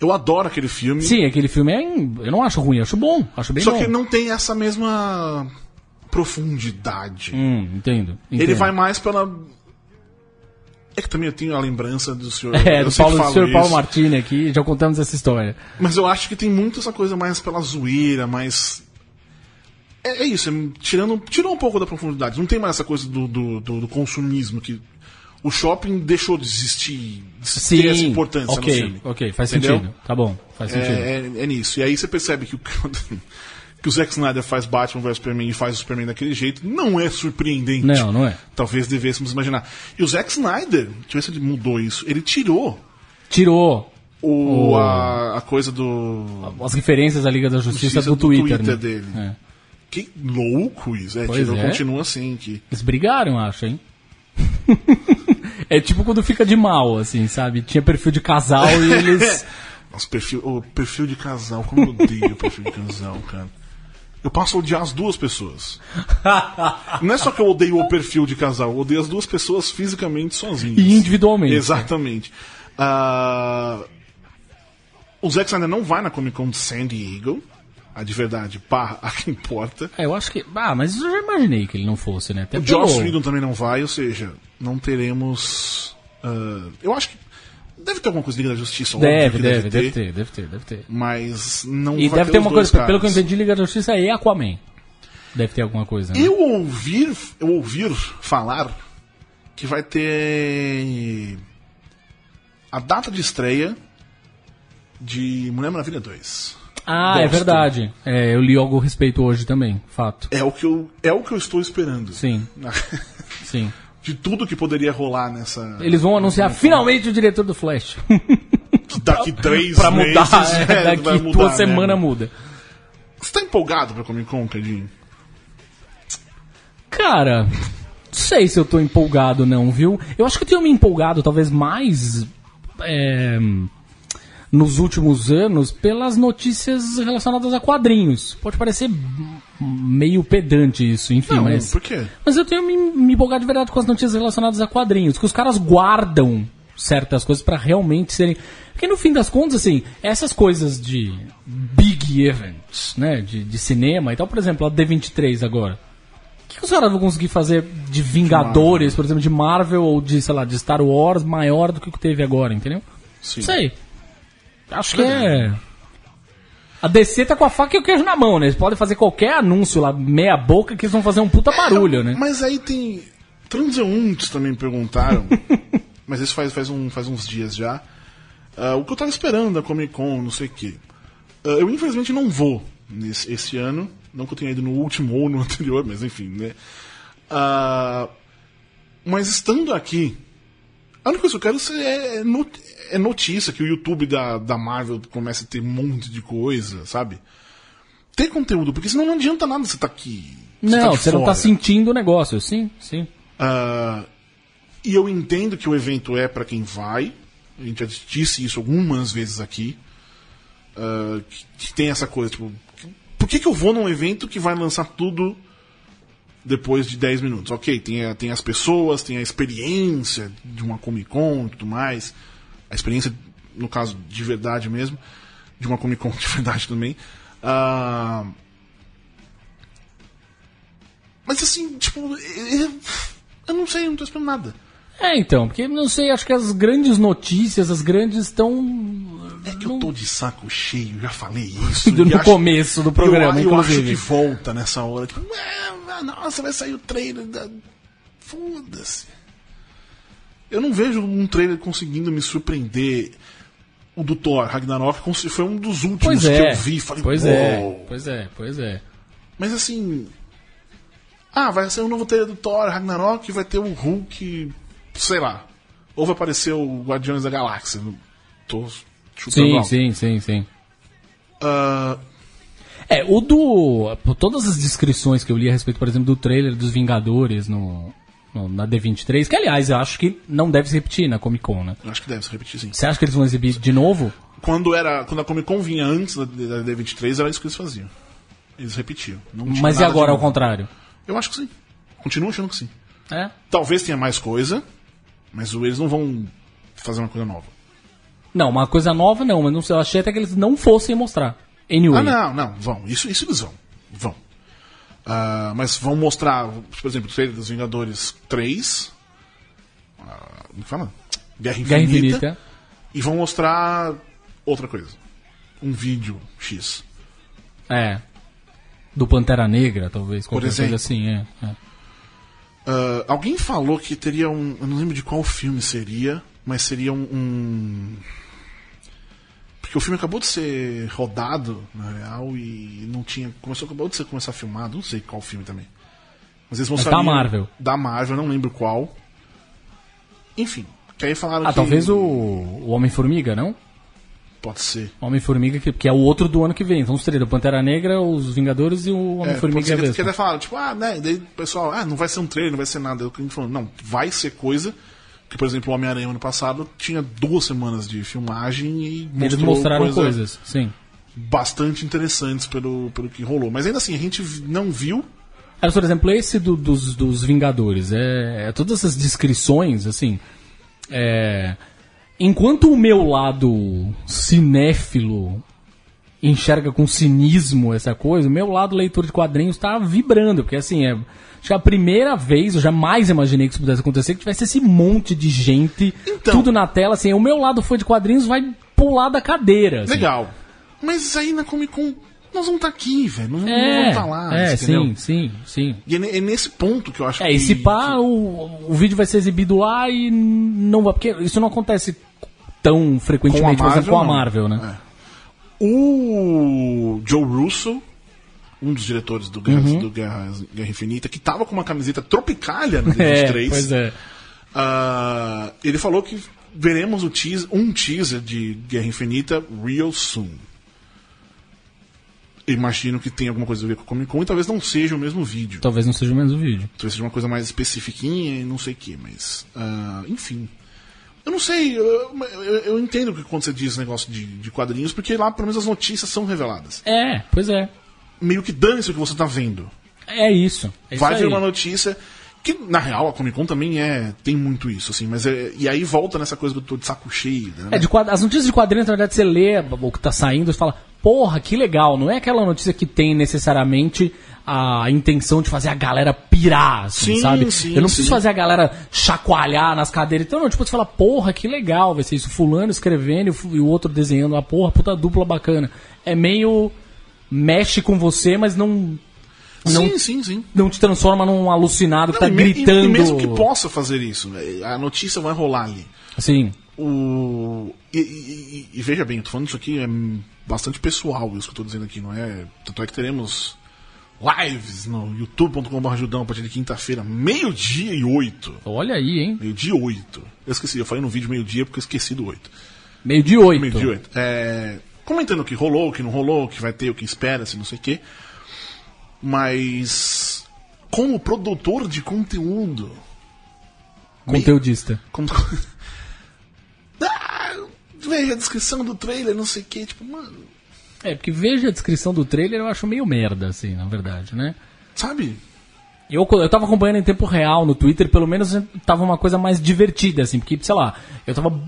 Eu adoro aquele filme,
Sim, aquele filme é. em- Eu não acho ruim, eu acho bom. Acho bem
só
bom.
que não tem essa mesma profundidade.
Hum, entendo. entendo.
Ele vai mais pela... É que também eu tenho a lembrança do senhor...
É,
eu
do
sempre
Paulo, do
falo
senhor Paulo
isso.
Martini aqui, já contamos essa história.
Mas eu acho que tem muito essa coisa mais pela zoeira, mais. É, é isso, é, tirando, tirou um pouco da profundidade. Não tem mais essa coisa do, do, do- do consumismo que. O shopping deixou de existir, de
Sim.
ter essa importância
ok,
no filme.
ok, faz
Entendeu?
sentido. Tá bom, faz
É,
sentido.
é- é nisso. E aí você percebe que o, que o Zack Snyder faz Batman vs Superman e faz o Superman daquele jeito. Não é surpreendente.
Não, não é.
Talvez devêssemos imaginar. E o Zack Snyder, deixa eu ver se ele mudou isso. Ele tirou
Tirou
o, a, a coisa do.
as referências à Liga da Justiça,
Justiça
do,
do
Twitter.
Twitter
né?
dele.
É.
Que louco isso, é,
Pois
tipo,
é.
continua assim, que...
Eles brigaram, eu acho, hein? é tipo quando fica de mal, assim, sabe? Tinha perfil de casal e eles.
Nossa, perfil, o perfil de casal, como eu odeio o perfil de casal, cara. eu passo a odiar as duas pessoas. Não é só que eu odeio o perfil de casal, eu odeio as duas pessoas fisicamente sozinhas.
E individualmente.
Exatamente. Ah, o Zack Snyder não vai na Comic Con de San Diego. A de verdade, pá, a que importa.
É, eu acho que. Ah, mas eu já imaginei que ele não fosse, né? Até
O
pelo-
Joss Whedon também não vai, ou seja, não teremos. ah, eu acho que. Deve ter alguma coisa de Liga da Justiça. óbvio
Deve,
que
deve, deve ter, deve ter, deve ter.
Mas não
E
vai
deve ter
os
uma
dois
coisa, pelo que eu
caras.
entendi, Liga da Justiça é Aquaman. Deve ter alguma coisa, né?
Eu ouvir, eu ouvir falar que vai ter a data de estreia de Mulher Maravilha 2.
Ah, é
Gosto.
verdade. É, eu li algo a respeito hoje também, fato.
É o que eu, é o que eu estou esperando.
Sim, sim.
De tudo que poderia rolar nessa.
Eles vão anunciar finalmente o diretor do Flash.
Daqui três
pra mudar,
meses.
é,
é, vai
daqui
mudar,
duas
né?
semanas muda.
Você tá empolgado pra Comic Con, Cadinho?
Cara, não sei se eu tô empolgado não, viu? Eu acho que eu tenho me empolgado talvez mais é, nos últimos anos pelas notícias relacionadas a quadrinhos. Pode parecer m- meio pedante isso, enfim,
Não,
mas...
por quê?
Mas eu tenho me, me empolgado de verdade com as notícias relacionadas a quadrinhos, que os caras guardam certas coisas pra realmente serem. Porque no fim das contas, assim, essas coisas de big events, né? De, de cinema e tal, por exemplo, a D23 agora. O que, que os caras vão conseguir fazer de Vingadores, por exemplo, de Marvel ou de, sei lá, de Star Wars maior do que o que teve agora, entendeu?
Sim.
Não sei. Acho que é. A DC tá com a faca e o queijo na mão, né? Eles podem fazer qualquer anúncio lá, meia boca, que eles vão fazer um puta barulho, né?
Mas aí tem. Transeuntes também perguntaram. mas isso faz, faz, um, faz uns dias já. Ah, o que eu tava esperando da Comic Con, não sei o quê. Ah, eu infelizmente não vou nesse, esse ano. Não que eu tenha ido no último ou no anterior, mas enfim, né? Ah, mas estando aqui, a única coisa que eu quero ser- é, no- é notícia que o YouTube da, da Marvel comece a ter um monte de coisa, sabe? Ter conteúdo, porque senão não adianta nada você estar aqui.
Não,
de
você não tá
fora.
sentindo o negócio. Sim, sim.
Ah, e eu entendo que o evento é para quem vai. A gente já disse isso algumas vezes aqui. Ah, que, que tem essa coisa, tipo, por que, que eu vou num evento que vai lançar tudo depois de 10 minutos? Ok, tem, a- tem as pessoas, tem a experiência de uma Comic Con e tudo mais. A experiência, no caso, de verdade mesmo. De uma Comic Con de verdade também. Ah, mas assim, tipo, eu, eu não sei, eu não tô esperando nada.
É, então, porque não sei, acho que as grandes notícias, as grandes estão.
É que eu tô de saco cheio, já falei isso.
No
e acho-
começo do programa,
eu, eu acho
inclusive.
que volta nessa hora. Tipo, "Ah, nossa, vai sair o trailer da. Foda-se. Eu não vejo um trailer conseguindo me surpreender. O do Thor, Ragnarok, cons- foi um dos últimos
Pois é.
que eu vi. Falei,
pois
"Uou".
é. Pois é, pois é.
Mas assim. Ah, vai ser um novo trailer do Thor, Ragnarok, e vai ter um Hulk. Sei lá. Ou vai aparecer o Guardiões da Galáxia. Não- Tô chutando
Sim,
alto.
sim, sim, sim.
Ah,
É, o do. por Todas as descrições que eu li a respeito, por exemplo, do trailer dos Vingadores no, no- na D23, que aliás eu acho que não deve se repetir na Comic Con, né?
eu acho que deve se repetir, sim.
Você acha que eles vão exibir de novo?
Quando, era, quando a Comic Con vinha antes da, da D23, era isso que eles faziam. Eles repetiam. Não tinha
Mas e
nada
agora
de
ao
novo.
contrário?
Eu acho que sim. Continuo achando que sim.
É?
Talvez tenha mais coisa, mas eles não vão fazer uma coisa nova.
Não, uma coisa nova não, mas não sei, eu achei até que eles não fossem mostrar. Anyway.
Ah, não, não, vão. Isso, isso eles vão. Vão. Ah, mas vão mostrar, por exemplo, o trailer dos Vingadores 3. ah, Como fala? Guerra Infinita,
Guerra Infinita.
E vão mostrar outra coisa. Um vídeo X.
É. Do Pantera Negra, talvez, qualquer
exemplo.
coisa assim, é. é.
Ah, alguém falou que teria um. Eu não lembro de qual filme seria, mas seria um. um- Porque o filme acabou de ser rodado, na real, e não tinha. Começou, acabou de ser começar filmado, não sei qual filme também. Mas eles mostrariam.
É Marvel.
Da Marvel, não lembro qual. Enfim, que aí falaram
Ah,
que.
talvez o, o Homem-Formiga, não?
Pode ser.
O Homem-Formiga, que, que é o outro do ano que vem. Então seria o Pantera Negra, os Vingadores e o
É, pode
Homem-Formiga e
ser
a
que, que
Vespa.
até falaram, tipo, ah, né? e Daí o pessoal, ah, não vai ser um trailer, não vai ser nada. Eu falando, não, vai ser coisa. Que, por exemplo, o Homem-Aranha ano passado tinha duas semanas de filmagem e
Eles
mostrou
mostraram
coisa
coisas, sim.
bastante interessantes pelo, pelo que rolou. Mas ainda assim, a gente não viu.
Mas, por exemplo, esse do- dos, dos Vingadores, é, é todas essas descrições, assim. é, enquanto o meu lado cinéfilo enxerga com cinismo essa coisa, o meu lado leitor de quadrinhos tá vibrando, porque assim, é, acho que é a primeira vez, eu jamais imaginei que isso pudesse acontecer, que tivesse esse monte de gente,
Então.
tudo na tela, assim, o meu lado foi de quadrinhos, vai pular da cadeira. assim.
Legal. Mas isso aí na Comic Con, nós vamos estar aqui, velho. Nós não vamos
É,
estar lá,
é
entendeu?
sim, sim, sim.
E é, ne- é nesse ponto que eu acho
É,
que.
e se pá, o, o vídeo vai ser exibido lá e não vai. Porque isso não acontece tão frequentemente, por exemplo, com a
não.
Marvel, né?
O Joe Russo, um dos diretores do Guerra,
Uhum.
do Guerra, Guerra Infinita, que tava com uma camiseta tropicalha no
É,
Guerra 3,
pois é.
ah, ele falou que veremos o teas- um teaser de Guerra Infinita real soon. Imagino que tem alguma coisa a ver com o Comic Con e talvez não seja o mesmo vídeo.
Talvez não seja o mesmo vídeo.
Talvez seja uma coisa mais especifiquinha e não sei o que, mas. ah, enfim. Eu não sei, eu, eu, eu entendo que quando você diz negócio de, de quadrinhos, porque lá pelo menos as notícias são reveladas.
É, pois é.
Meio que dane-se o que você tá vendo.
É isso. É
Vai
isso
vir
aí.
uma notícia. Que, na real, a Comic Con também é. tem muito isso, assim, mas é, E aí volta nessa coisa do tô de saco cheio, né?
É, de quad- As notícias de quadrinhos, na verdade, você lê o que tá saindo e fala, porra, que legal. Não é aquela notícia que tem necessariamente a intenção de fazer a galera pirar, assim,
Sim,
sabe?
sim,
Eu não preciso
sim.
fazer a galera chacoalhar nas cadeiras. Então, não, tipo, você fala, porra, que legal, vai ser isso. Fulano escrevendo e fu- e o outro desenhando. Ah, porra, puta dupla bacana. É meio. mexe com você, mas não. É, não-
Sim, sim, sim.
Não te transforma num alucinado que tá
Não, e me- e-
gritando.
E mesmo que possa fazer isso, né, a notícia vai rolar ali.
Sim.
O... E, e- e- e veja bem, eu tô falando isso aqui é hum, bastante pessoal, isso que eu tô dizendo aqui, não é? Tanto é que teremos lives no youtube.com.br Judão a partir de quinta-feira, meio-dia e oito.
Olha aí, hein?
Meio-dia e oito. Eu esqueci, eu falei no vídeo meio-dia porque eu esqueci do oito.
Meio de oito.
Meio-dia e oito. É, Comentando o que rolou, o que não rolou, o que vai ter, o que espera, se não sei o quê. Mas. Como produtor de conteúdo.
Conteudista.
Como... ah, veja a descrição do trailer, não sei o que, tipo, mano,
É, porque veja a descrição do trailer, eu acho meio merda, assim, na verdade, né?
sabe?
Eu, eu tava acompanhando em tempo real no Twitter, pelo menos tava uma coisa mais divertida, assim, porque, sei lá, eu tava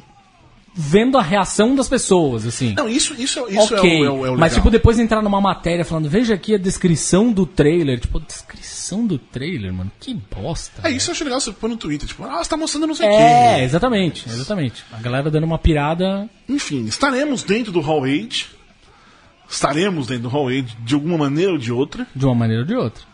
vendo a reação das pessoas, assim.
Não, isso, isso, é- isso
ok,
é, o, é, o, é o legal.
mas tipo, depois entrar numa matéria falando, veja aqui a descrição do trailer, tipo, descrição do trailer, mano, que bosta.
É, isso eu acho legal, você põe no Twitter, tipo, ah, você tá mostrando não sei o
É,
quê.
exatamente, exatamente. A galera dando uma pirada.
Enfim, estaremos dentro do Hall Age. Estaremos dentro do Hall Age de alguma maneira ou de outra.
De uma maneira ou de outra.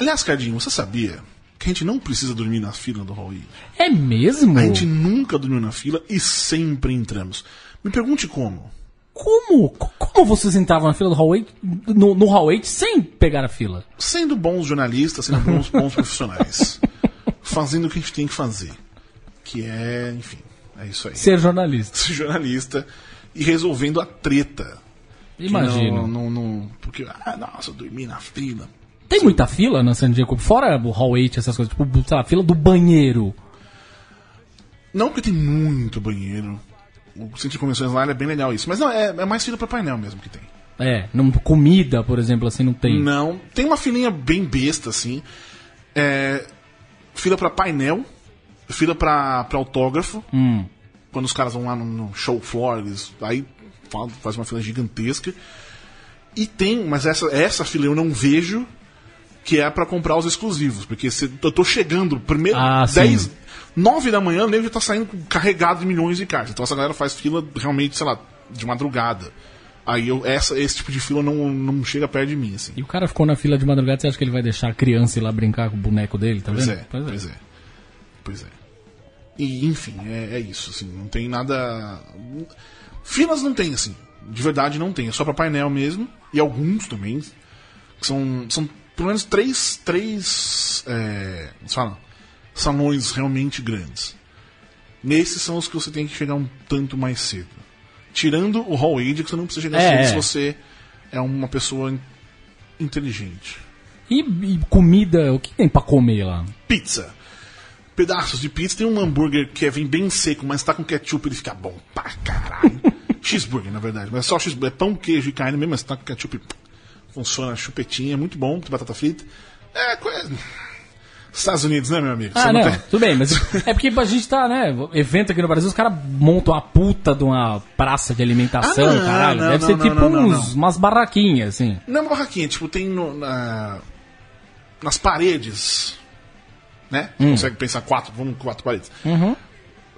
Aliás, Cardinho, você sabia que a gente não precisa dormir na fila do Hall Age?
É mesmo?
A gente nunca dormiu na fila e sempre entramos. Me pergunte como.
Como? Co- Como vocês entravam na fila do hallway, no, no hallway sem pegar a fila?
sendo bons jornalistas, sendo bons, bons profissionais, fazendo o que a gente tem que fazer, que é, enfim, é isso aí.
Ser jornalista.
Ser jornalista e resolvendo a treta. Que
Imagino.
Não, não, não- porque, ah, nossa, eu dormi na fila.
Tem muita fila na San Diego, fora o hallway, essas coisas, tipo, sei lá, fila do banheiro.
Não porque tem muito banheiro. O centro de convenções lá é bem legal isso. Mas não, é, é mais fila pra painel mesmo que tem.
É, não, comida, por exemplo, assim, não tem.
Não, tem uma filinha bem besta, assim. É, fila pra painel, fila pra, pra autógrafo.
Hum.
quando os caras vão lá no, no show floor, eles, aí fa- faz uma fila gigantesca. E tem, mas essa, essa fila eu não vejo, que é pra comprar os exclusivos, porque se, eu tô chegando, primeiro,
Ah,
10,
sim.
9 da manhã, o nego já tá saindo com- carregado de milhões de caixas. Então essa galera faz fila realmente, sei lá, de madrugada. Aí eu, essa, esse tipo de fila não, não chega perto de mim, assim.
E o cara ficou na fila de madrugada, você acha que ele vai deixar a criança ir lá brincar com o boneco dele, tá
Pois
vendo?
é, pois é. Pois é. E, enfim, é, é isso, assim, não tem nada. Filas não tem, assim. De verdade não tem. É só pra painel mesmo. E alguns também. Que são, são pelo menos três. três é, como se fala? Salões realmente grandes. Nesses são os que você tem que chegar um tanto mais cedo. Tirando o Hall Age, que você não precisa chegar
É,
cedo
é.
se você é uma pessoa in- inteligente.
E, e comida, o que tem pra comer lá?
pizza. é, Pedaços de pizza. Tem um hambúrguer que vem bem seco, mas tá com ketchup, ele fica bom pra caralho. Cheeseburger, na verdade. Mas é só cheeseburger. É pão, queijo e carne mesmo, mas tá com ketchup. Funciona chupetinha, é muito bom, batata frita. É, co- é- Estados Unidos, né, meu amigo? Você
Ah, não,
tem-
tudo bem, mas é porque a gente tá, né? Evento aqui no Brasil, os caras montam a puta de uma praça de alimentação,
Ah, não,
caralho.
não,
Deve
não,
ser
não,
tipo
não, não,
uns, umas barraquinhas, assim.
Não é uma barraquinha, tipo, tem no- na- nas paredes, né?
Hum.
Você Consegue pensar quatro, vamos quatro paredes.
Uhum.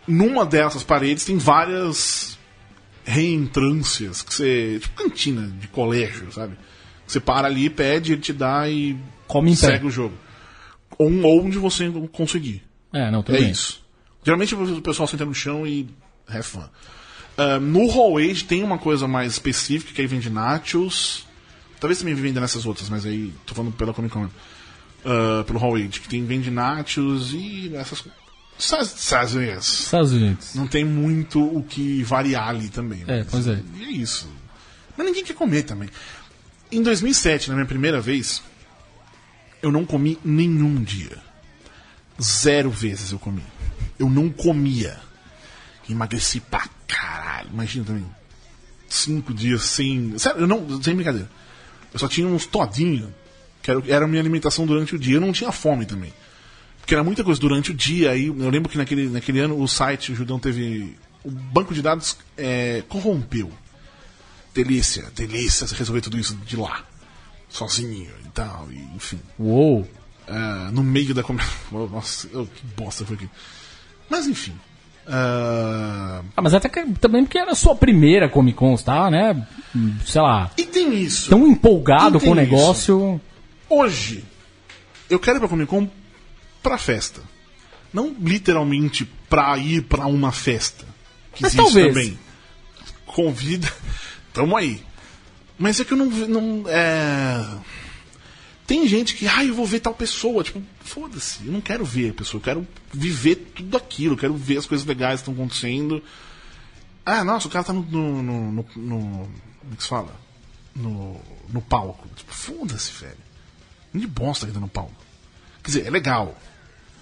Numa dessas paredes tem várias reentrâncias, que você. Tipo cantina de colégio, sabe? Você para ali, pede, ele te dá e
Come em pé.
segue o jogo. Ou onde você conseguir.
É, não, tudo
É
bem.
isso. Geralmente o pessoal senta no chão e have fun. Ah, no Hallway tem uma coisa mais específica, que aí vende nachos. Talvez também venda nessas outras, mas aí tô falando pela Comic Con. Ah, pelo Hallway, que tem vende nachos e essas coisas. Sazonhas.
Estados Unidos.
Não tem muito o que variar ali também.
É,
mas-
pois é.
E é isso. Mas ninguém quer comer também. Em 2007, na minha primeira vez, eu não comi nenhum dia. Zero vezes eu comi. Eu não comia. Emagreci pra caralho. Imagina também. Cinco dias sem. Sério, eu não. Sem brincadeira. Eu só tinha uns todinhos. Que era, era a minha alimentação durante o dia. Eu não tinha fome também. Porque era muita coisa durante o dia. Aí eu lembro que naquele, naquele ano o site o Judão teve. O banco de dados é, corrompeu. Delícia, delícia resolver tudo isso de lá. Sozinho e tal, e, enfim.
Uou.
Ah, no meio da comédia. Nossa, eu- que bosta foi aquilo. Mas enfim. Ah,
Ah, mas até que, também porque era a sua primeira Comic Con, tá, né? Sei lá,
e tem isso.
tão empolgado
E tem
com o negócio.
Hoje, eu quero ir pra Comic Con pra festa. Não literalmente pra ir pra uma festa. Que
Mas
existe
talvez.
também. Convida. Tamo aí. Mas é que eu não. ve- não é... Tem gente que, ah, eu vou ver tal pessoa. Tipo, foda-se, eu não quero ver a pessoa, eu quero viver tudo aquilo, eu quero ver as coisas legais que estão acontecendo. Ah, nossa, o cara tá no. no, no, no- no- como é que se fala? No, no palco. Tipo, foda-se, velho. De bosta ainda no palco. Quer dizer, é legal.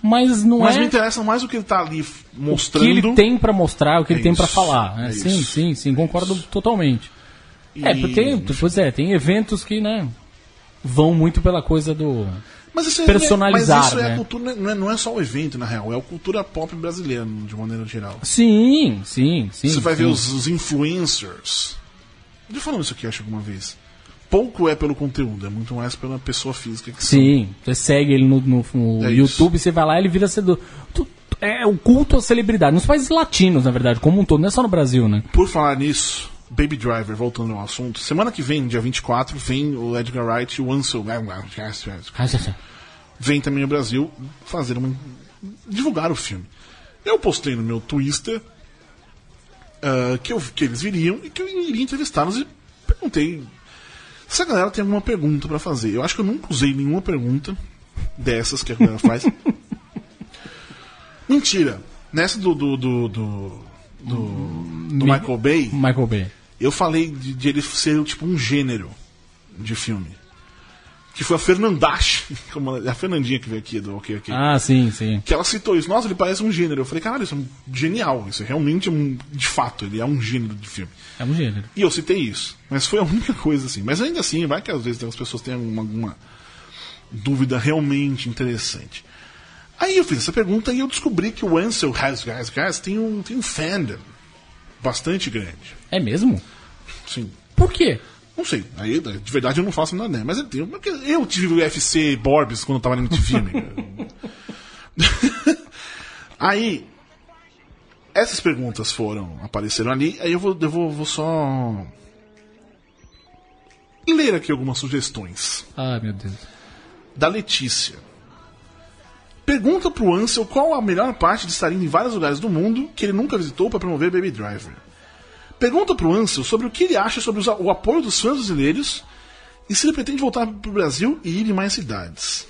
Mas não
Mas
é
me interessa mais o que ele tá ali f-
o que
mostrando.
ele tem pra mostrar, o que ele
É
tem pra
isso,
falar. né?
é
sim,
isso,
sim, sim, concordo totalmente.
e-
É, porque, pois é, tem eventos que, né, vão muito pela coisa do.
Mas isso é,
personalizar,
mas isso é
né?
a cultura, não é, não é só o evento, na real, é a cultura pop brasileira, de maneira geral.
Sim, sim, sim.
Você vai
sim.
ver os, os influencers. Já falamos isso aqui, acho, alguma vez. Pouco é pelo conteúdo, é muito mais pela pessoa física que
Sim, você segue ele no, no- no
É
YouTube, você vai lá ele vira cedo. É o culto à celebridade. Nos países latinos, na verdade, como um todo, não é só no Brasil, né?
tá. Por falar nisso, Baby Driver, voltando ao assunto, semana que vem, dia 24, vem o Edgar Wright e o Ansel. Vem também ao Brasil fazer uma. divulgar o filme. Eu postei no meu Twister ah, que, eu, que eles viriam e que eu iria entrevistá-los e perguntei se a galera tem alguma pergunta pra fazer. Eu acho que eu nunca usei nenhuma pergunta dessas que a galera faz. Mentira! Nessa do. do. do. do, do- do Michael Bay.
Michael Bay.
Eu falei de, de ele ser tipo um gênero de filme. Que foi a Fernandache, como ela- a Fernandinha que veio aqui do OK OK.
Ah, sim, sim.
Que ela citou isso. Nossa, ele parece um gênero. Eu falei, caralho, isso é um- genial. Isso é realmente um. De fato, ele é um gênero de filme.
É um gênero.
E eu citei isso. Mas foi a única coisa assim. Mas ainda assim, vai que às vezes as pessoas têm alguma, alguma dúvida realmente interessante. Aí eu fiz essa pergunta e eu descobri que o Ansel Has Guys Guys tem um, tem um fandom bastante grande.
É mesmo?
Sim.
Por quê?
Não sei, aí de verdade eu não faço nada, né? Mas eu, tenho- porque eu tive o UFC Borbs quando eu tava no MTV, amigo. aí, essas perguntas foram, apareceram ali, aí eu vou, eu vou, vou só ler aqui algumas sugestões.
Ah, meu Deus.
Da Letícia. Pergunta pro Ansel qual a melhor parte de estar indo em vários lugares do mundo que ele nunca visitou para promover Baby Driver. Pergunta pro Ansel sobre o que ele acha sobre os a- o apoio dos fãs brasileiros e se ele pretende voltar pro Brasil e ir em mais cidades.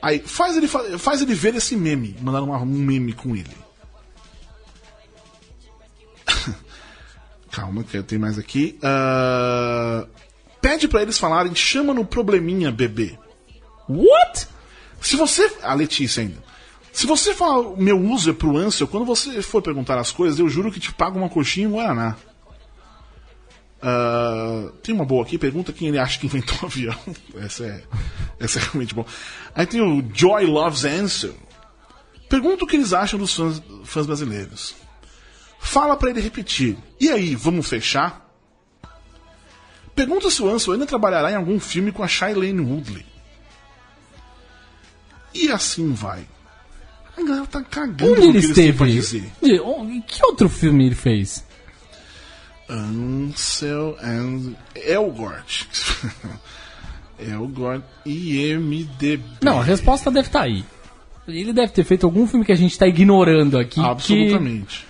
Aí, faz ele, fa- faz ele ver esse meme. Mandaram uma- um meme com ele. Calma, que tem mais aqui. Ah, Pede pra eles falarem, chama no probleminha, bebê.
What?
Se você. A Letícia ainda. Se você falar o meu uso é pro Ansel, quando você for perguntar as coisas, eu juro que te pago uma coxinha e um Guaraná. Ah, tem uma boa aqui, pergunta quem ele acha que inventou o avião. Essa é, essa é realmente boa. Aí tem o Joy Loves Ansel. Pergunta o que eles acham dos fãs, fãs brasileiros. Fala pra ele repetir. E aí, vamos fechar? Pergunta se o Ansel ainda trabalhará em algum filme com a Shailene Woodley. E assim vai. A galera tá cagando
Onde
com o
ele
que eles têm pra
esteve?
dizer.
De- onde- Que outro filme ele fez?
Ansel and Elgort. Elgort IMDB.
Não, a resposta deve estar aí. Ele deve ter feito algum filme que a gente tá ignorando aqui. Que...
Absolutamente.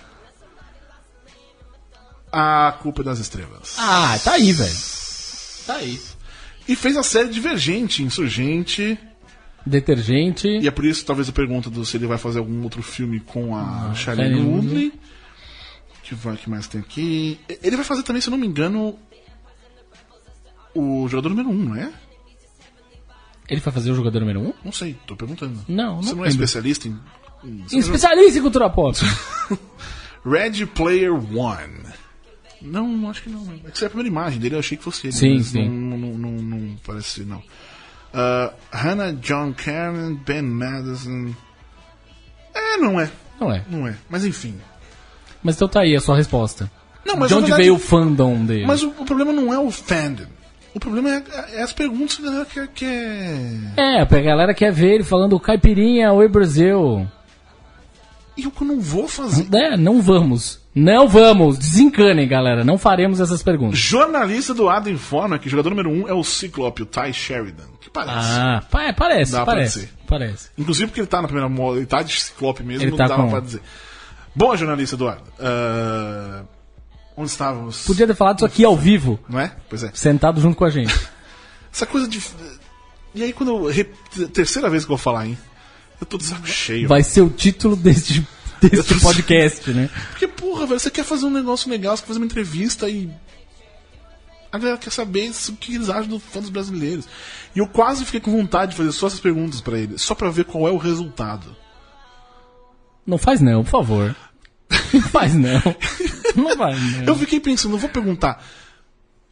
A culpa das estrelas.
Ah, tá aí, velho. Tá aí.
E fez a série Divergente, Insurgente.
Detergente.
E é por isso, talvez, a pergunta do se ele vai fazer algum outro filme com
Ah,
a Shailene
Shailene
Woodley. Que vai que mais tem aqui? E- Ele vai fazer também, se eu não me engano, o jogador número 1, um, não é?
Ele vai fazer o jogador número 1? Um?
Não sei, tô perguntando.
Não,
Você
não
não
lembro.
é especialista em. em- você não-
Especialista em cultura pop.
Red Player One. Não, acho que não. É que essa é a primeira imagem dele, eu achei que fosse ele.
Sim,
mas
sim.
Não, não, não, não parece, não. Ah, Hannah John Karen, Ben Madison. É, não é.
Não é.
Não é. Mas enfim.
Mas então tá aí a sua resposta.
Não, mas
de
na
onde
verdade-
veio o fandom dele?
Mas o, o problema não é o fandom. O problema é, é as perguntas que a galera quer. quer-
É, a galera quer ver ele falando caipirinha, oi Brasil.
E o que eu não vou fazer.
É, não vamos. Não vamos. Desencanem, galera. Não faremos essas perguntas.
Jornalista do Adam informa que o jogador número 1 um é o Ciclope, o Ty Sheridan. Que parece.
Ah, pa- parece,
Dá pra
parece.
dizer.
Parece.
Inclusive porque ele tá na primeira moda, ele tá de ciclope mesmo,
Ele
não
tá
dava
com-
pra dizer. Boa, jornalista Eduardo. Ah, onde estávamos?
Podia ter falado isso aqui ao vivo,
Não é? Pois é.
sentado junto com a gente.
Essa coisa de. E aí quando eu. rep- Terceira vez que eu vou falar, hein? Eu tô de saco cheio.
Vai ser o título deste, deste podcast, né?
Porque, porra, velho, você quer fazer um negócio legal, você quer fazer uma entrevista e. A galera quer saber se- o que eles acham do fã dos brasileiros. E eu quase fiquei com vontade de fazer só essas perguntas pra ele, só pra ver qual é o resultado.
Não faz não, por favor. Não faz não. Não faz não.
Eu fiquei pensando, eu vou perguntar.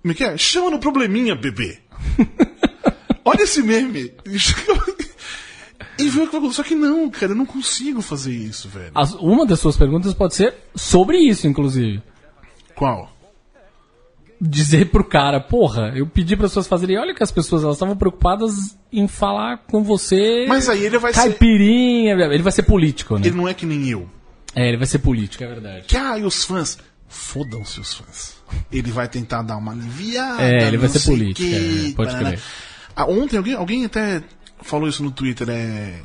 Me quer? é? Chama no probleminha, bebê. Olha esse meme. E viu o que vai acontecer. Só que não, cara, eu não consigo fazer isso, velho.
As- uma das suas perguntas pode ser sobre isso, inclusive.
Qual?
dizer pro cara, porra, eu pedi para as pessoas fazerem, olha que as pessoas elas estavam preocupadas em falar com você.
Mas aí ele vai
Tá
ser.
caipirinha, ele vai ser político, né?
Ele não é que nem eu.
É, ele vai ser político, é verdade.
Que ai, os fãs. Fodam-se os fãs. Ele vai tentar dar uma aliviada.
É, ele vai
não
ser
sei
político,
quê,
é, pode
paraná.
crer.
Ah, ontem alguém, alguém até falou isso no Twitter, é.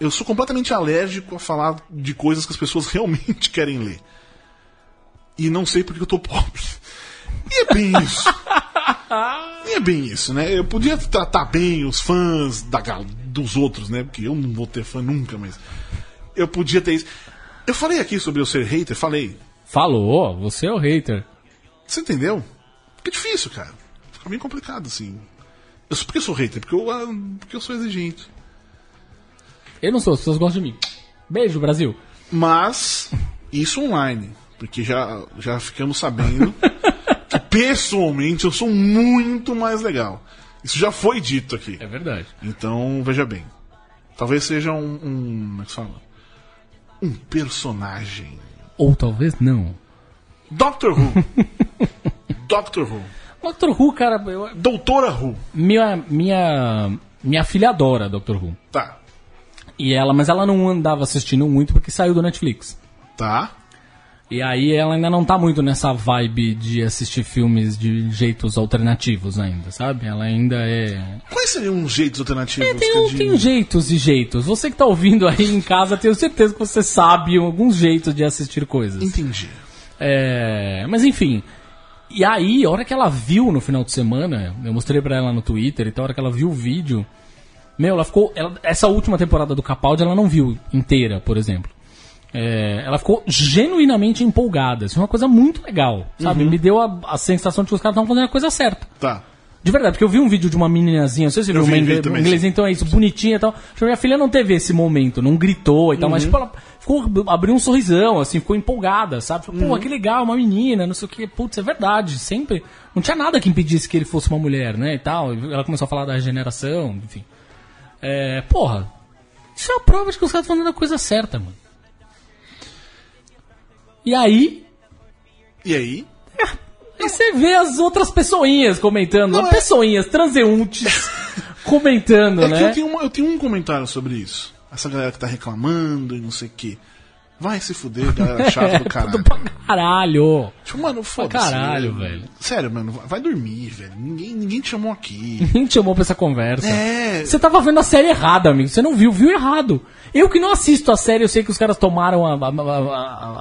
Eu sou completamente alérgico a falar de coisas que as pessoas realmente querem ler. E não sei porque eu tô pobre. E é bem isso. e é bem isso, né? Eu podia tratar bem os fãs da, gal- dos outros, né? Porque eu não vou ter fã nunca, mas. Eu podia ter isso. Eu falei aqui sobre eu ser hater, falei.
Falou, você é o hater.
Você entendeu? Fica difícil, cara. Fica bem complicado, assim. Eu sou, porque eu sou hater, porque eu, ah, porque eu sou exigente.
Eu não sou, as pessoas gostam de mim. Beijo, Brasil.
Mas, isso online. Porque já, já ficamos sabendo que, pessoalmente, eu sou muito mais legal. Isso já foi dito aqui.
É verdade.
Então, veja bem. Talvez seja um. um como é que se fala? Um personagem.
Ou talvez não.
Doctor Who. Doctor Who.
Dr. Who, cara, eu-
Doutora Who.
minha minha minha filha adora Dr. Who.
Tá.
E ela, mas ela não andava assistindo muito porque saiu do Netflix.
Tá.
E aí ela ainda não tá muito nessa vibe de assistir filmes de jeitos alternativos ainda, sabe? Ela ainda é.
Quais seriam os jeitos alternativos?
tem,
que eu
um-
digo?
tem jeitos e jeitos. Você que tá ouvindo aí em casa, tenho certeza que você sabe alguns jeitos de assistir coisas.
Entendi.
É, mas enfim. E aí, a hora que ela viu no final de semana, eu mostrei pra ela no Twitter, então a hora que ela viu o vídeo, meu, ela ficou. ela- essa última temporada do Capaldi ela não viu inteira, por exemplo. É, ela ficou genuinamente empolgada. Isso é uma coisa muito legal, sabe? Me deu a, a sensação de que os caras estavam fazendo a coisa certa.
Tá.
De verdade, porque eu vi um vídeo de uma meninazinha, não sei se você
Eu
viu,
vi,
uma
vi
ingle-
também,
inglesinha, então é isso, bonitinha e tal. Acho que Minha filha não teve esse momento, não gritou e tal, mas tipo, ela ficou, abriu um sorrisão, assim, ficou empolgada, sabe? Falou, Pô, que legal, uma menina, não sei o que. Putz, é verdade, sempre. Não tinha nada que impedisse que ele fosse uma mulher, né? E tal. E Ela começou a falar da regeneração, enfim. É, porra, isso é uma prova de que os caras estão fazendo a coisa certa, mano. E aí,
E aí?
e você vê as outras pessoinhas comentando.
Não,
lá,
é-
Pessoinhas, transeuntes, comentando,
É que
né?
eu tenho, uma- eu tenho um comentário sobre isso. Essa galera que tá reclamando e não sei o quê. Vai se fuder, galera chata do
Tudo
caralho.
pra caralho.
Tipo, mano, foda-se.
caralho, velho.
Sério, mano, vai- vai dormir, velho. Ninguém, ninguém te chamou aqui.
Ninguém te chamou pra essa conversa.
É.
Você tava vendo a série errada, amigo. Você não viu, viu errado. Eu que não assisto a série, eu sei que os caras tomaram a, a- a-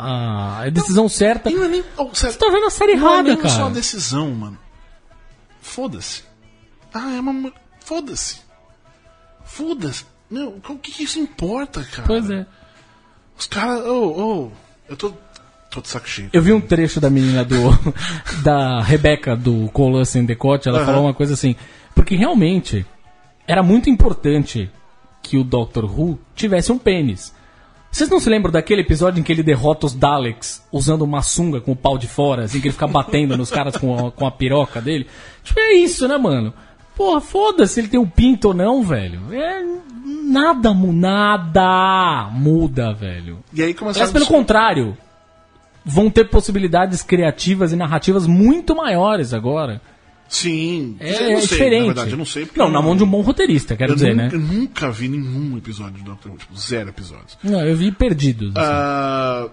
a- a decisão certa.
E
Você
não é nem. oh, sério,
tá vendo a série
não é
errada,
nem só
cara.
uma decisão, mano. Foda-se. Ah, é uma mulher. Foda-se. Foda-se. Meu, o que, que isso importa, cara?
Pois é.
Os caras. Ô, ô. Eu tô. Tô de saco cheio.
Eu vi um trecho da menina do. da Rebeca do Colan Sem Decote, ela
Aham.
falou uma coisa assim. Porque realmente era muito importante que o Dr. Who tivesse um pênis. Vocês não se lembram daquele episódio em que ele derrota os Daleks usando uma sunga com o pau de fora, assim, que ele fica batendo nos caras com a, com a piroca dele? Tipo, é isso, né, mano? Porra, foda-se se ele tem um pinto ou não, velho. É. Nada, mu- nada muda, velho.
E aí começaram
Aliás, pelo
a
contrário, vão ter possibilidades criativas e narrativas muito maiores agora.
Sim,
É,
eu não sei,
diferente.
na verdade, eu não sei. porque
Não,
eu
na mão de um bom roteirista, quero
eu
dizer,
nunca,
né?
Eu nunca vi nenhum episódio do Doctor Who, tipo, zero episódios.
Não, eu vi perdidos. assim.
Ah,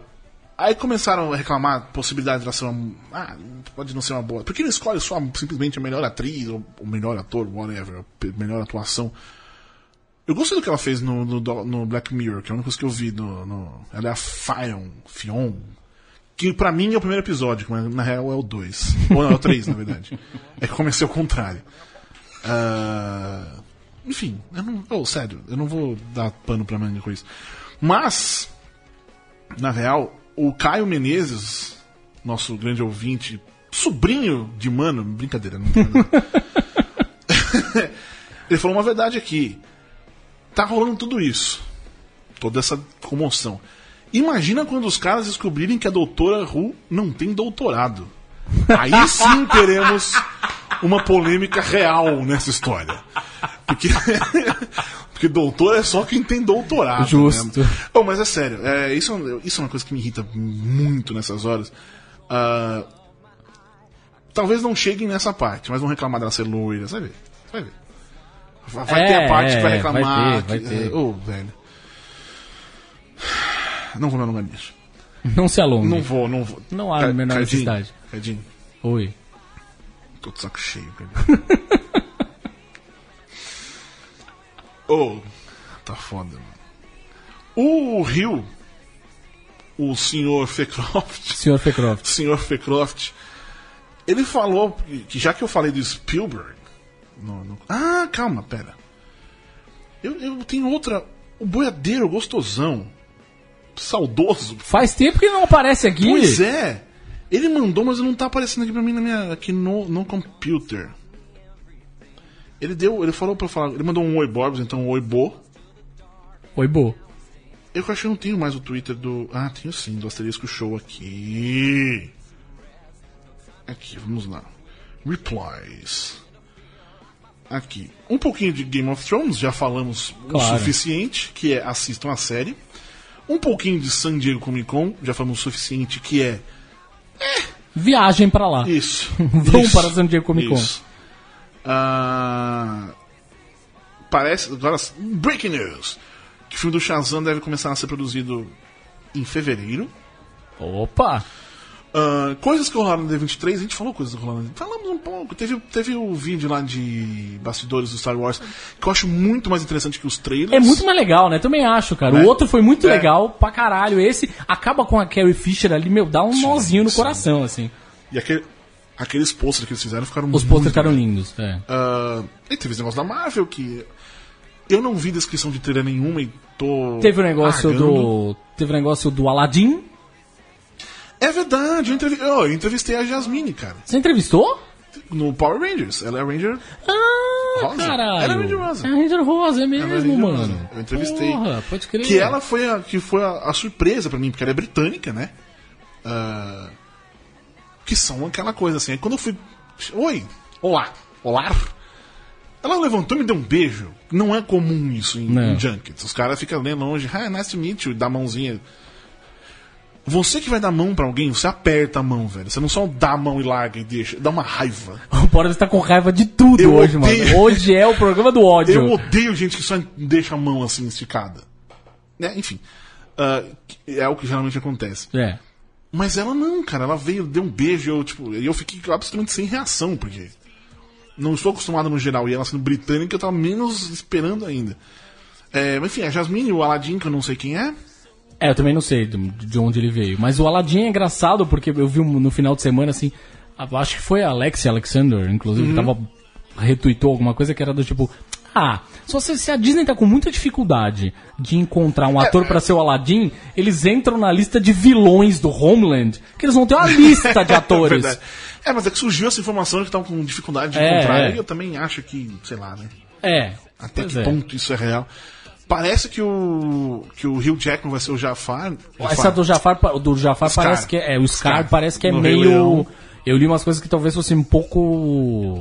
aí começaram a reclamar a possibilidade de ela ser uma. Ah, pode não ser uma boa. Por que não escolhe só simplesmente a melhor atriz, ou o melhor ator, whatever, a pe- melhor atuação? Eu gostei do que ela fez no, no, Do- no Black Mirror, que é a única coisa que eu vi no. no- ela é a Fion, Fion. Que pra mim é o primeiro episódio, mas na real é o 2. Ou não, é o 3, na verdade. É que comecei ao contrário. Ah, enfim, eu não. Oh, sério, eu não vou dar pano pra manga com isso. Mas, na real, o Caio Menezes, nosso grande ouvinte, sobrinho de mano, brincadeira, não tem nada. Ele falou uma verdade aqui. Tá rolando tudo isso. Toda essa comoção. Imagina quando os caras descobrirem que a doutora Ru não tem doutorado. Aí sim teremos uma polêmica real nessa história. Porque, porque doutor é só quem tem doutorado.
Justo.
né? Oh, mas é sério, é, isso, isso é uma coisa que me irrita muito nessas horas. Ah, talvez não cheguem nessa parte, mas vão reclamar dela ser loira, sabe? Vai ver. Vai, vai
É,
ter a parte que vai
é,
reclamar.
vai ter, vai
que-
ter.
é, Ô, velho. Não vou me alongar nisso.
Não se alongue.
Não vou, não vou.
Não há a
Ca-
menor
Cadinho,
necessidade.
Cadinho,
Oi.
tô de saco cheio, Cadinho. Ô, tá foda, mano. O Rio, o senhor Fecroft,
Senhor Fecroft.
o senhor Fecroft, ele falou que- que já que eu falei do Spielberg. no- no- Ah, calma, pera. Eu, eu tenho outra. O boiadeiro gostosão. Saudoso.
Faz tempo que ele não aparece aqui.
Pois é. Ele mandou, mas não tá aparecendo aqui pra mim na minha, aqui no, no computer. Ele deu, ele falou pra eu falar, ele mandou um oi Borbs, então um oi Bo.
Oi, Bo.
Eu que acho que não tenho mais o Twitter do. Ah, tenho sim, do Asterisco Show aqui. Aqui, vamos lá. Replies. Aqui. Um pouquinho de Game of Thrones, já falamos o
Claro.
suficiente, que é assistam a série. Um pouquinho de San Diego Comic Con, já falamos o suficiente, que é
Viagem pra lá.
Isso.
Vão
Isso.
para San Diego um Comic Con.
Isso. Ah, parece. Agora, breaking news! Que o filme do Shazam deve começar a ser produzido em fevereiro.
Opa!
Ah, coisas que rolaram no D23, a gente falou coisas que rolaram. Falamos um pouco. Teve, teve o vídeo lá de bastidores do Star Wars, que eu acho muito mais interessante que os trailers.
É muito mais legal, né? Também acho, cara.
Né?
O outro foi muito
É.
legal pra caralho. Esse acaba com a Carrie Fisher ali, meu, dá um nozinho no
sim.
coração, assim.
E aquele, aqueles posters que eles fizeram ficaram
Os
muito
posters ficaram lindos, é.
Ah, e teve esse negócio da Marvel que. Eu não vi descrição de trilha nenhuma e tô.
Teve o negócio
argando.
do. Teve o negócio do Aladdin.
É verdade, eu, entrevi- ó, eu entrevistei a Jasmine, cara.
Você entrevistou?
no Power Rangers. Ela é a Ranger.
Ah,
Rosa?
caralho.
Era a Ranger Rosa.
É a Ranger Rosa, é mesmo,
Ela é a Ranger
mano.
Rosa. Eu entrevistei.
Porra, pode crer.
Que ela foi a, que foi a, a surpresa pra mim, porque ela é britânica, né? Ah, que são aquela coisa assim. Aí quando eu fui. Oi! Olá! Olá! Ela levantou e me deu um beijo. Não é comum isso em,
Não.
em Junkets. Os caras ficam lendo longe. Ah, nice to meet you. Dá a mãozinha. Você que vai dar mão pra alguém, você aperta a mão, velho. Você não só dá a mão e larga e deixa. Dá uma raiva.
O Boris tá com raiva de tudo
Eu
hoje,
odeio.
mano. Hoje é o programa do ódio.
Eu odeio gente que só deixa a mão assim esticada. Né? Enfim. Ah, é o que geralmente acontece.
É.
Mas ela não, cara. Ela veio, deu um beijo e eu, tipo, e eu fiquei absolutamente sem reação, porque não estou acostumado no geral. E ela sendo britânica, eu tava menos esperando ainda. É, mas enfim, a Jasmine, o Aladdin, que eu não sei quem é.
É, eu também não sei de- de onde ele veio. Mas o Aladdin é engraçado porque eu vi um- no final de semana, assim, a- acho que foi a Alexia Alexander, inclusive,
Uhum.
que tava, retweetou alguma coisa que era do tipo. Ah, se, você- se a Disney tá com muita dificuldade de encontrar
É.
um ator pra ser o Aladdin, eles entram na lista de vilões do Homeland, que eles vão ter uma lista de atores.
Verdade. é, mas é que surgiu essa informação de que estavam com dificuldade de
É,
encontrar.
é.
E eu também acho que, sei lá, né?
é.
Até
pois
que
é.
ponto isso é real. Parece que o que o Hugh Jackman vai ser o Jafar.
Essa do Jafar, pa- do Jafar
Scar.
parece que é. é, O Scar,
Scar.
parece que é
No Rei
meio.
Leão.
Eu li umas coisas que talvez fosse um pouco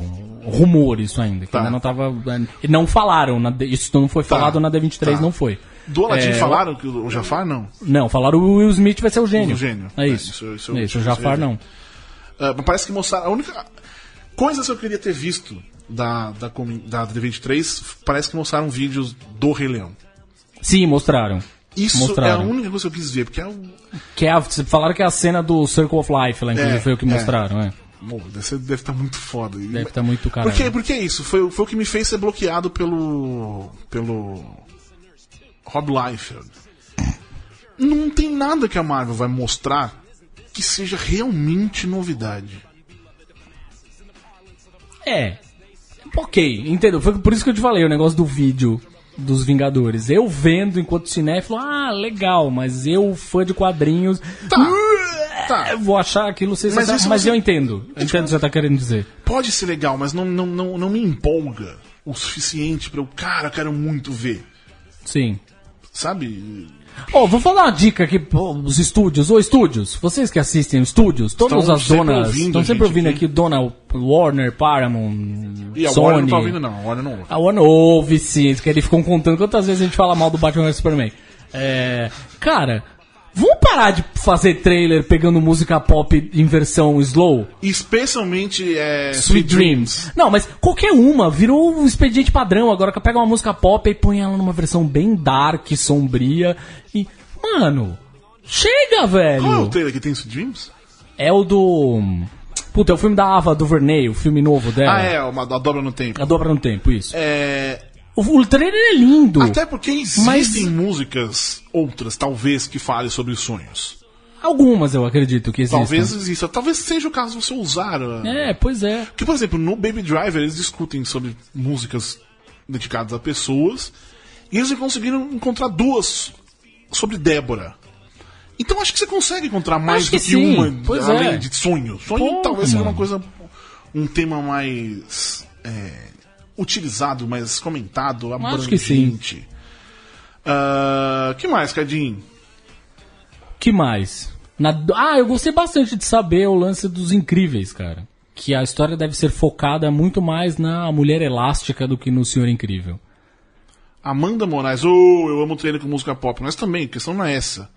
rumor isso ainda. Que
Tá.
ainda não tava. eh, e Não falaram, na D- isso não foi
Tá.
falado na D23,
Tá.
não foi.
Do Aladdin
É,
falaram que o o Jafar não.
Não, falaram o Will Smith vai ser o gênio.
O gênio.
É
É,
isso.
isso- isso-
É isso,
isso-
o Jafar
isso-
não.
Ah, mas parece que mostraram. A única coisa que eu queria ter visto da, da, comi- da D23 parece que mostraram vídeos do Rei Leão.
Sim, mostraram.
Isso
Mostraram.
é a única coisa que eu quis ver, porque é um.
Que é a, falaram que é a cena do Circle of Life lá, inclusive,
É,
foi o que
é.
mostraram, é.
Bom, deve estar muito foda. E-
Deve tá muito caralho.
Porque, porque é isso, foi, foi o que me fez ser bloqueado pelo. pelo. Rob Liefeld. Não tem nada que a Marvel vai mostrar que seja realmente novidade.
É. Ok, entendeu? Foi por isso que eu te falei o negócio do vídeo dos Vingadores. Eu vendo enquanto cinéfilo, ah, legal, mas eu, fã de quadrinhos,
Tá,
eu vou achar aquilo sensacional. Mas,
isso você- É tipo
eu entendo. Eu entendo o que você tá querendo dizer.
pode ser legal, mas não, não, não, não me empolga o suficiente pra eu, cara, eu quero muito ver.
Sim.
Sabe?
Ó, vou falar uma dica aqui os estúdios. Ô, estúdios, vocês que assistem estúdios, todas
Estão
as
sempre
donas.
ouvindo
Estão
a
sempre
gente
ouvindo
aqui.
aqui, dona Warner, Paramount,
E a
Sony.
Warner não tá ouvindo, não. A Warner não ouve.
A One ouve, sim, que eles ficam contando quantas vezes a gente fala mal do Batman vs Superman. É. Cara, vamos parar de fazer trailer pegando música pop em versão slow?
Especialmente é,
Sweet Dreams. Não, mas qualquer uma virou um expediente padrão agora que pega uma música pop e põe ela numa versão bem dark, sombria e. Mano, chega, velho!
Qual é o trailer que tem Sweet Dreams?
É o do. Puta, é o filme da Ava do Verney, o filme novo dela.
Ah, é, uma, a dobra no tempo.
A dobra no tempo, isso.
É,
O, o trailer é lindo.
Até porque existem
Mas-
músicas, outras, talvez, que falem sobre sonhos.
Algumas eu acredito que existem.
Talvez exista. Talvez seja o caso de você usar. a-
É, pois é.
Porque, por exemplo, no Baby Driver eles discutem sobre músicas dedicadas a pessoas. E eles conseguiram encontrar duas sobre Débora. Então acho que você consegue encontrar mais
Acho
do
que
que
sim,
uma
pois
além
é.
de sonho. Sonho
Porra,
talvez seja uma
mano.
coisa. um tema mais. é, utilizado, mais comentado, abrangente.
que sim.
Ah, que mais, Cadinho?
Que mais? Na- Ah, eu gostei bastante de saber o lance dos incríveis, cara. Que a história deve ser focada muito mais na mulher elástica do que no Senhor Incrível.
Amanda Moraes, oh, eu amo treino com música pop, mas também, a questão não é essa.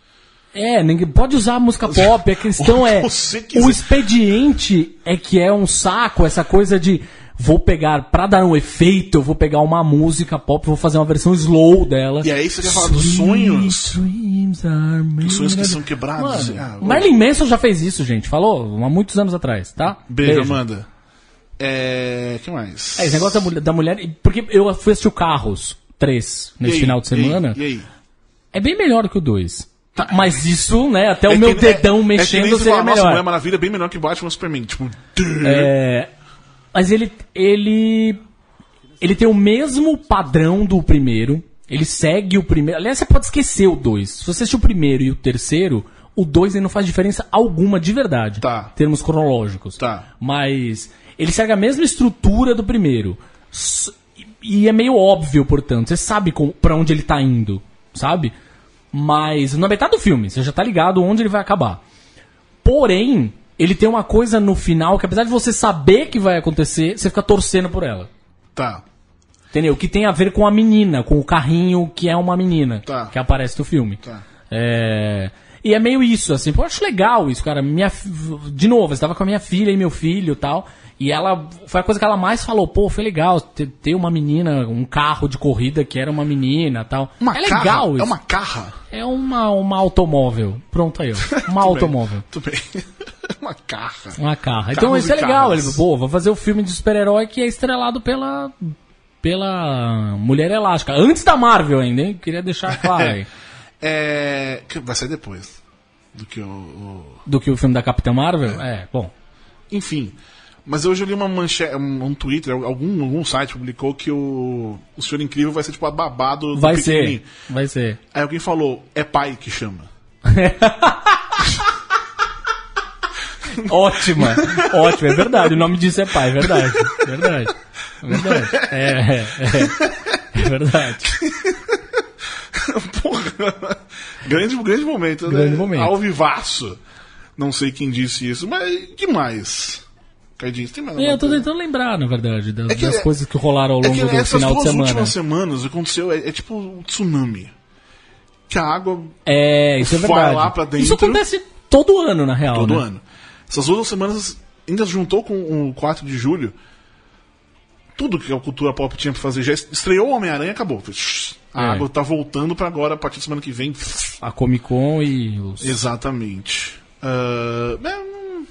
É, ninguém pode usar a música pop, a questão é.
Você quiser.
O expediente é que é um saco, essa coisa de vou pegar, pra dar um efeito, eu vou pegar uma música pop, vou fazer uma versão slow dela.
E aí você quer falar dos sonhos?
Dreams are made
Os sonhos que
of-
são quebrados.
Mano,
Ah,
o Marilyn Manson já fez isso, gente. Falou há muitos anos atrás, tá?
Beijo, Amanda. É. que mais?
É, esse negócio da mulher, da mulher- Porque eu fui assistir o Carros 3
E
nesse
aí?
final de
E aí?
semana.
E aí?
É bem melhor que o 2. Mas isso, né? Até o
É
meu
que-
dedão
é- é que
mexendo
nem você
seria
falar, Nossa, Mulher
melhor.
Maravilha é bem melhor que Batman e Superman. Tipo,
É, mas ele, ele. Ele tem o mesmo padrão do primeiro. Ele segue o primeiro. Aliás, você pode esquecer o 2. Se você assistir o primeiro e o terceiro, o 2 não faz diferença alguma de verdade.
Tá.
Em termos cronológicos.
Tá.
Mas Ele segue a mesma estrutura do primeiro. S- E é meio óbvio, portanto. Você sabe com, pra onde ele tá indo, sabe? Mas na metade do filme, você já tá ligado onde ele vai acabar. Porém, ele tem uma coisa no final que, apesar de você saber que vai acontecer, você fica torcendo por ela.
Tá.
Entendeu? Que tem a ver com a menina, com o carrinho que é uma menina
Tá.
que aparece no filme.
Tá.
É, E é meio isso, assim, pô, eu acho legal isso, cara. Minha... fi- De novo, eu estava com a minha filha e meu filho e tal. E ela. Foi a coisa que ela mais falou, pô, foi legal ter, ter uma menina, um carro de corrida que era uma menina e tal.
Uma
é
carra?
legal isso.
É uma carra?
É uma, uma automóvel. Pronto aí, ó. Uma
Tudo bem.
automóvel.
Tudo bem. uma carra.
Uma carra. Então
Carros
isso é
e
legal. Ele,
carros.
pô, vou fazer o filme de super-herói que é estrelado pela. pela Mulher Elástica. Antes da Marvel ainda, hein? Queria deixar claro aí.
É. que Vai sair depois do que o. o-
Do que o filme da Capitã Marvel? É, bom.
Enfim. Mas hoje eu li uma manchete, um, um Twitter, algum, algum site publicou que o, o Senhor Incrível vai ser tipo a babado do
Vai
pequenininho.
ser. Vai ser.
Aí alguém falou, é pai que chama.
Ótima. Ótima, é verdade. O nome disso é pai, é verdade. Verdade. Verdade. É, é, é. É verdade.
Porra. grande, grande momento, né?
Grande momento.
Ao vivaço. Não sei quem disse isso, mas demais. Cardinho, tem mais
E eu tô
alguma coisa?
tentando lembrar, na verdade, das,
É que-
das coisas que rolaram É, ao
É
longo
que
do
essas
final de
duas
semana.
últimas semanas aconteceu, é, é tipo um tsunami. Que a água
É, isso é
Vai
verdade.
lá pra
Isso
dentro.
acontece todo ano, na real.
todo
né?
ano. Essas duas semanas ainda juntou com o 4 de julho. Tudo que a cultura pop tinha pra fazer. Já estreou o Homem-Aranha, acabou. A
É.
água tá voltando pra agora, a partir da semana que vem.
A Comic Con e os.
Exatamente. Ah, é, hum,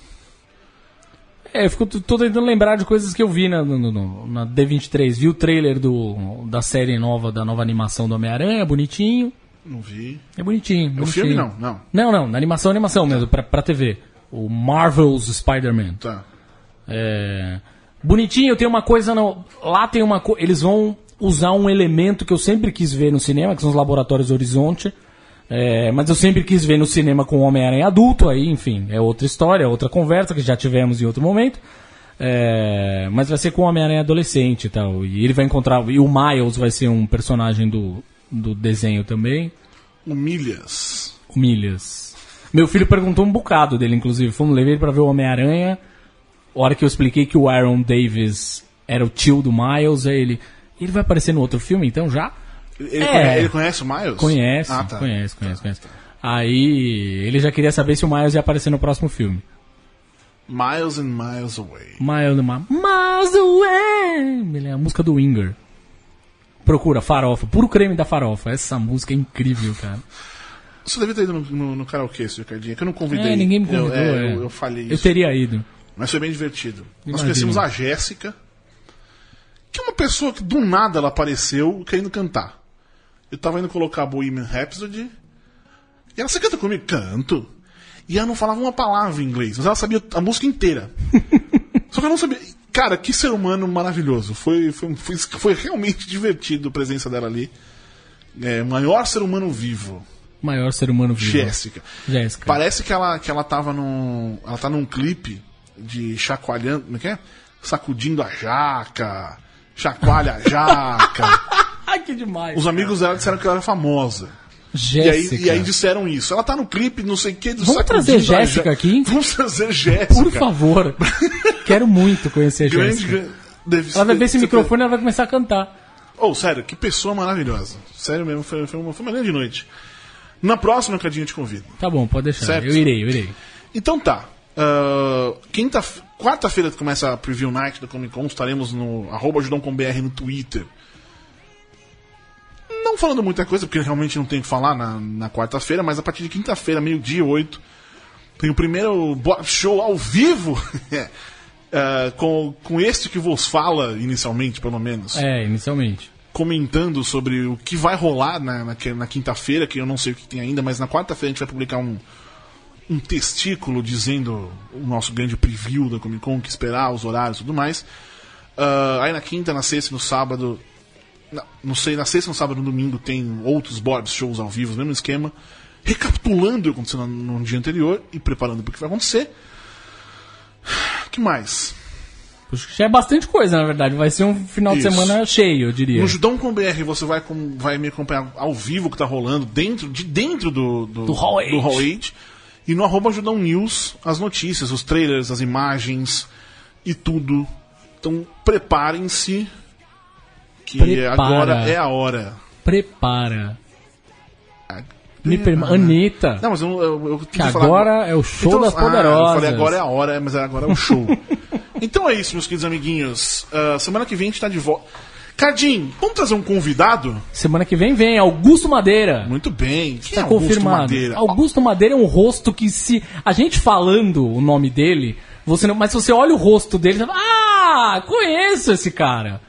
É, eu fico, tô tentando lembrar de coisas que eu vi na, no- no- no- na D23. Vi o trailer do, da série nova, da nova animação do Homem-Aranha, é bonitinho.
não vi.
É bonitinho.
O
bonitinho.
filme não, não.
Não, não, na animação, é animação mesmo, pra, pra TV. O Marvel's Spider-Man.
Tá.
É... Bonitinho, tem uma coisa. No... Lá tem uma coisa. Eles vão usar um elemento que eu sempre quis ver no cinema, que são os laboratórios Horizonte. É, mas eu sempre quis ver no cinema com o Homem-Aranha adulto, aí, enfim, é outra história, outra conversa que já tivemos em outro momento. É, mas vai ser com o Homem-Aranha adolescente e tal. E ele vai encontrar. E o Miles vai ser um personagem do, do desenho também.
O Milhas.
O Milhas. Meu filho perguntou um bocado dele, inclusive. Fomos levar ele pra ver o Homem-Aranha. A hora que eu expliquei que o Aaron Davis era o tio do Miles, aí ele. Ele vai aparecer no outro filme então já?
Ele,
É.
conhe- ele conhece o Miles?
Conhece,
Ah, tá.
conhece, conhece, conhece. Aí ele já queria saber se o Miles ia aparecer no próximo filme.
Miles and Miles Away.
Miles, Ma- Miles Away! Ele é a música do Winger. Procura, farofa, puro creme da farofa. Essa música é incrível, cara.
Você deve ter ido no, no, no karaokê, seu Ricardinho, que eu não convidei.
É, ninguém me convidou.
Eu, é,
é.
eu, eu falei
Eu
isso.
teria ido.
Mas foi bem divertido. Nós
Imagino.
conhecemos a Jéssica, que é uma pessoa que do nada ela apareceu querendo cantar. Eu tava indo colocar Bohemian Rhapsody, e ela, você canta comigo? Canto. E ela não falava uma palavra em inglês, mas ela sabia a música inteira. Só que eu não sabia. Cara, que ser humano maravilhoso. Foi, foi, foi, foi realmente divertido a presença dela ali. É, maior ser humano vivo,
Maior ser humano vivo.
Jéssica.
Jéssica.
Parece que ela, que ela tava num. Ela tá num clipe de chacoalhando. Como é que é? Sacudindo a jaca. Chacoalha a jaca.
Ai, que demais.
Os amigos dela disseram que ela era famosa. E aí,
Jéssica.
e aí disseram isso. Ela tá no clipe, não sei o que. do
Vamos
sacudindo
trazer
a
Jéssica
jaca.
aqui?
Vamos trazer Jéssica.
Por favor. Quero muito conhecer a
Grande,
Jéssica.
grande. Deve,
Ela vai ver esse
você-
microfone e ela vai começar a cantar.
Oh, sério, que pessoa maravilhosa. Sério mesmo, foi, foi uma, foi uma grande noite. Na próxima, Cadinho, eu te convido.
Tá bom, pode deixar.
Certo.
Eu irei, eu irei.
Então tá. Ah, quinta, quarta-feira que começa a preview night da Comic Con, estaremos no arroba ajudão.com.br no Twitter. Não falando muita coisa, porque realmente não tem o que falar na, na quarta-feira, mas a partir de quinta-feira, meio-dia, oito, tem o primeiro bo- show ao vivo é, ah, com, com este que vos fala, inicialmente, pelo menos
É, inicialmente.
comentando sobre o que vai rolar na, na, que- na quinta-feira, que eu não sei o que tem ainda, mas na quarta-feira a gente vai publicar um, um testículo dizendo o nosso grande preview da Comic Con, o que esperar, os horários e tudo mais. Ah, aí na quinta, na sexta e no sábado. na- não sei, na sexta, no sábado e no domingo tem outros boards, shows ao vivo, mesmo esquema. Recapitulando o que aconteceu no, no dia anterior e preparando para o que vai acontecer. O que mais?
Já é bastante coisa, na verdade. Vai ser um final
Isso.
de semana cheio, eu diria.
No Judão com BR você vai, com- vai me acompanhar ao vivo o que tá rolando, dentro, de dentro do, do,
Do Hall 8.
do Hall 8. E no arroba Judão News, as notícias, os trailers, as imagens e tudo. Então preparem-se, que
Prepara.
agora é a hora.
Prepara.
Ah,
Me perma... Anitta.
Não, mas eu, eu, eu
Que agora é o show das
ah,
poderosas.
eu falei, agora é a hora, mas agora é o show. então é isso, meus queridos amiguinhos. Ah, semana que vem a gente tá de volta. Cardim, vamos trazer um convidado?
Semana que vem vem Augusto Madeira.
Muito bem. Quem
Tá
é Hum, Augusto
confirmado.
Madeira?
Augusto Madeira é um rosto que se a gente falando o nome dele, você não, mas se você olha o rosto dele, você fala, ah, conheço esse cara.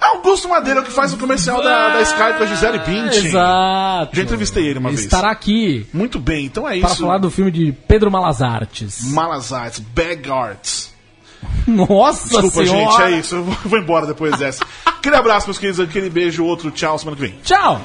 Augusto Madeira é o que faz o comercial da, da Skype com a Gisele Bündchen.
Exato.
Já entrevistei ele uma vez.
Estará aqui
Muito bem, então é
para
isso. Hum.
falar do filme de Pedro Malas Artes.
Malas Artes, Bag Arts.
Nossa
Desculpa, é
senhora.
gente, é isso. Eu vou embora depois dessa. aquele abraço, meus queridos. Aquele beijo, outro tchau, semana que vem.
Tchau.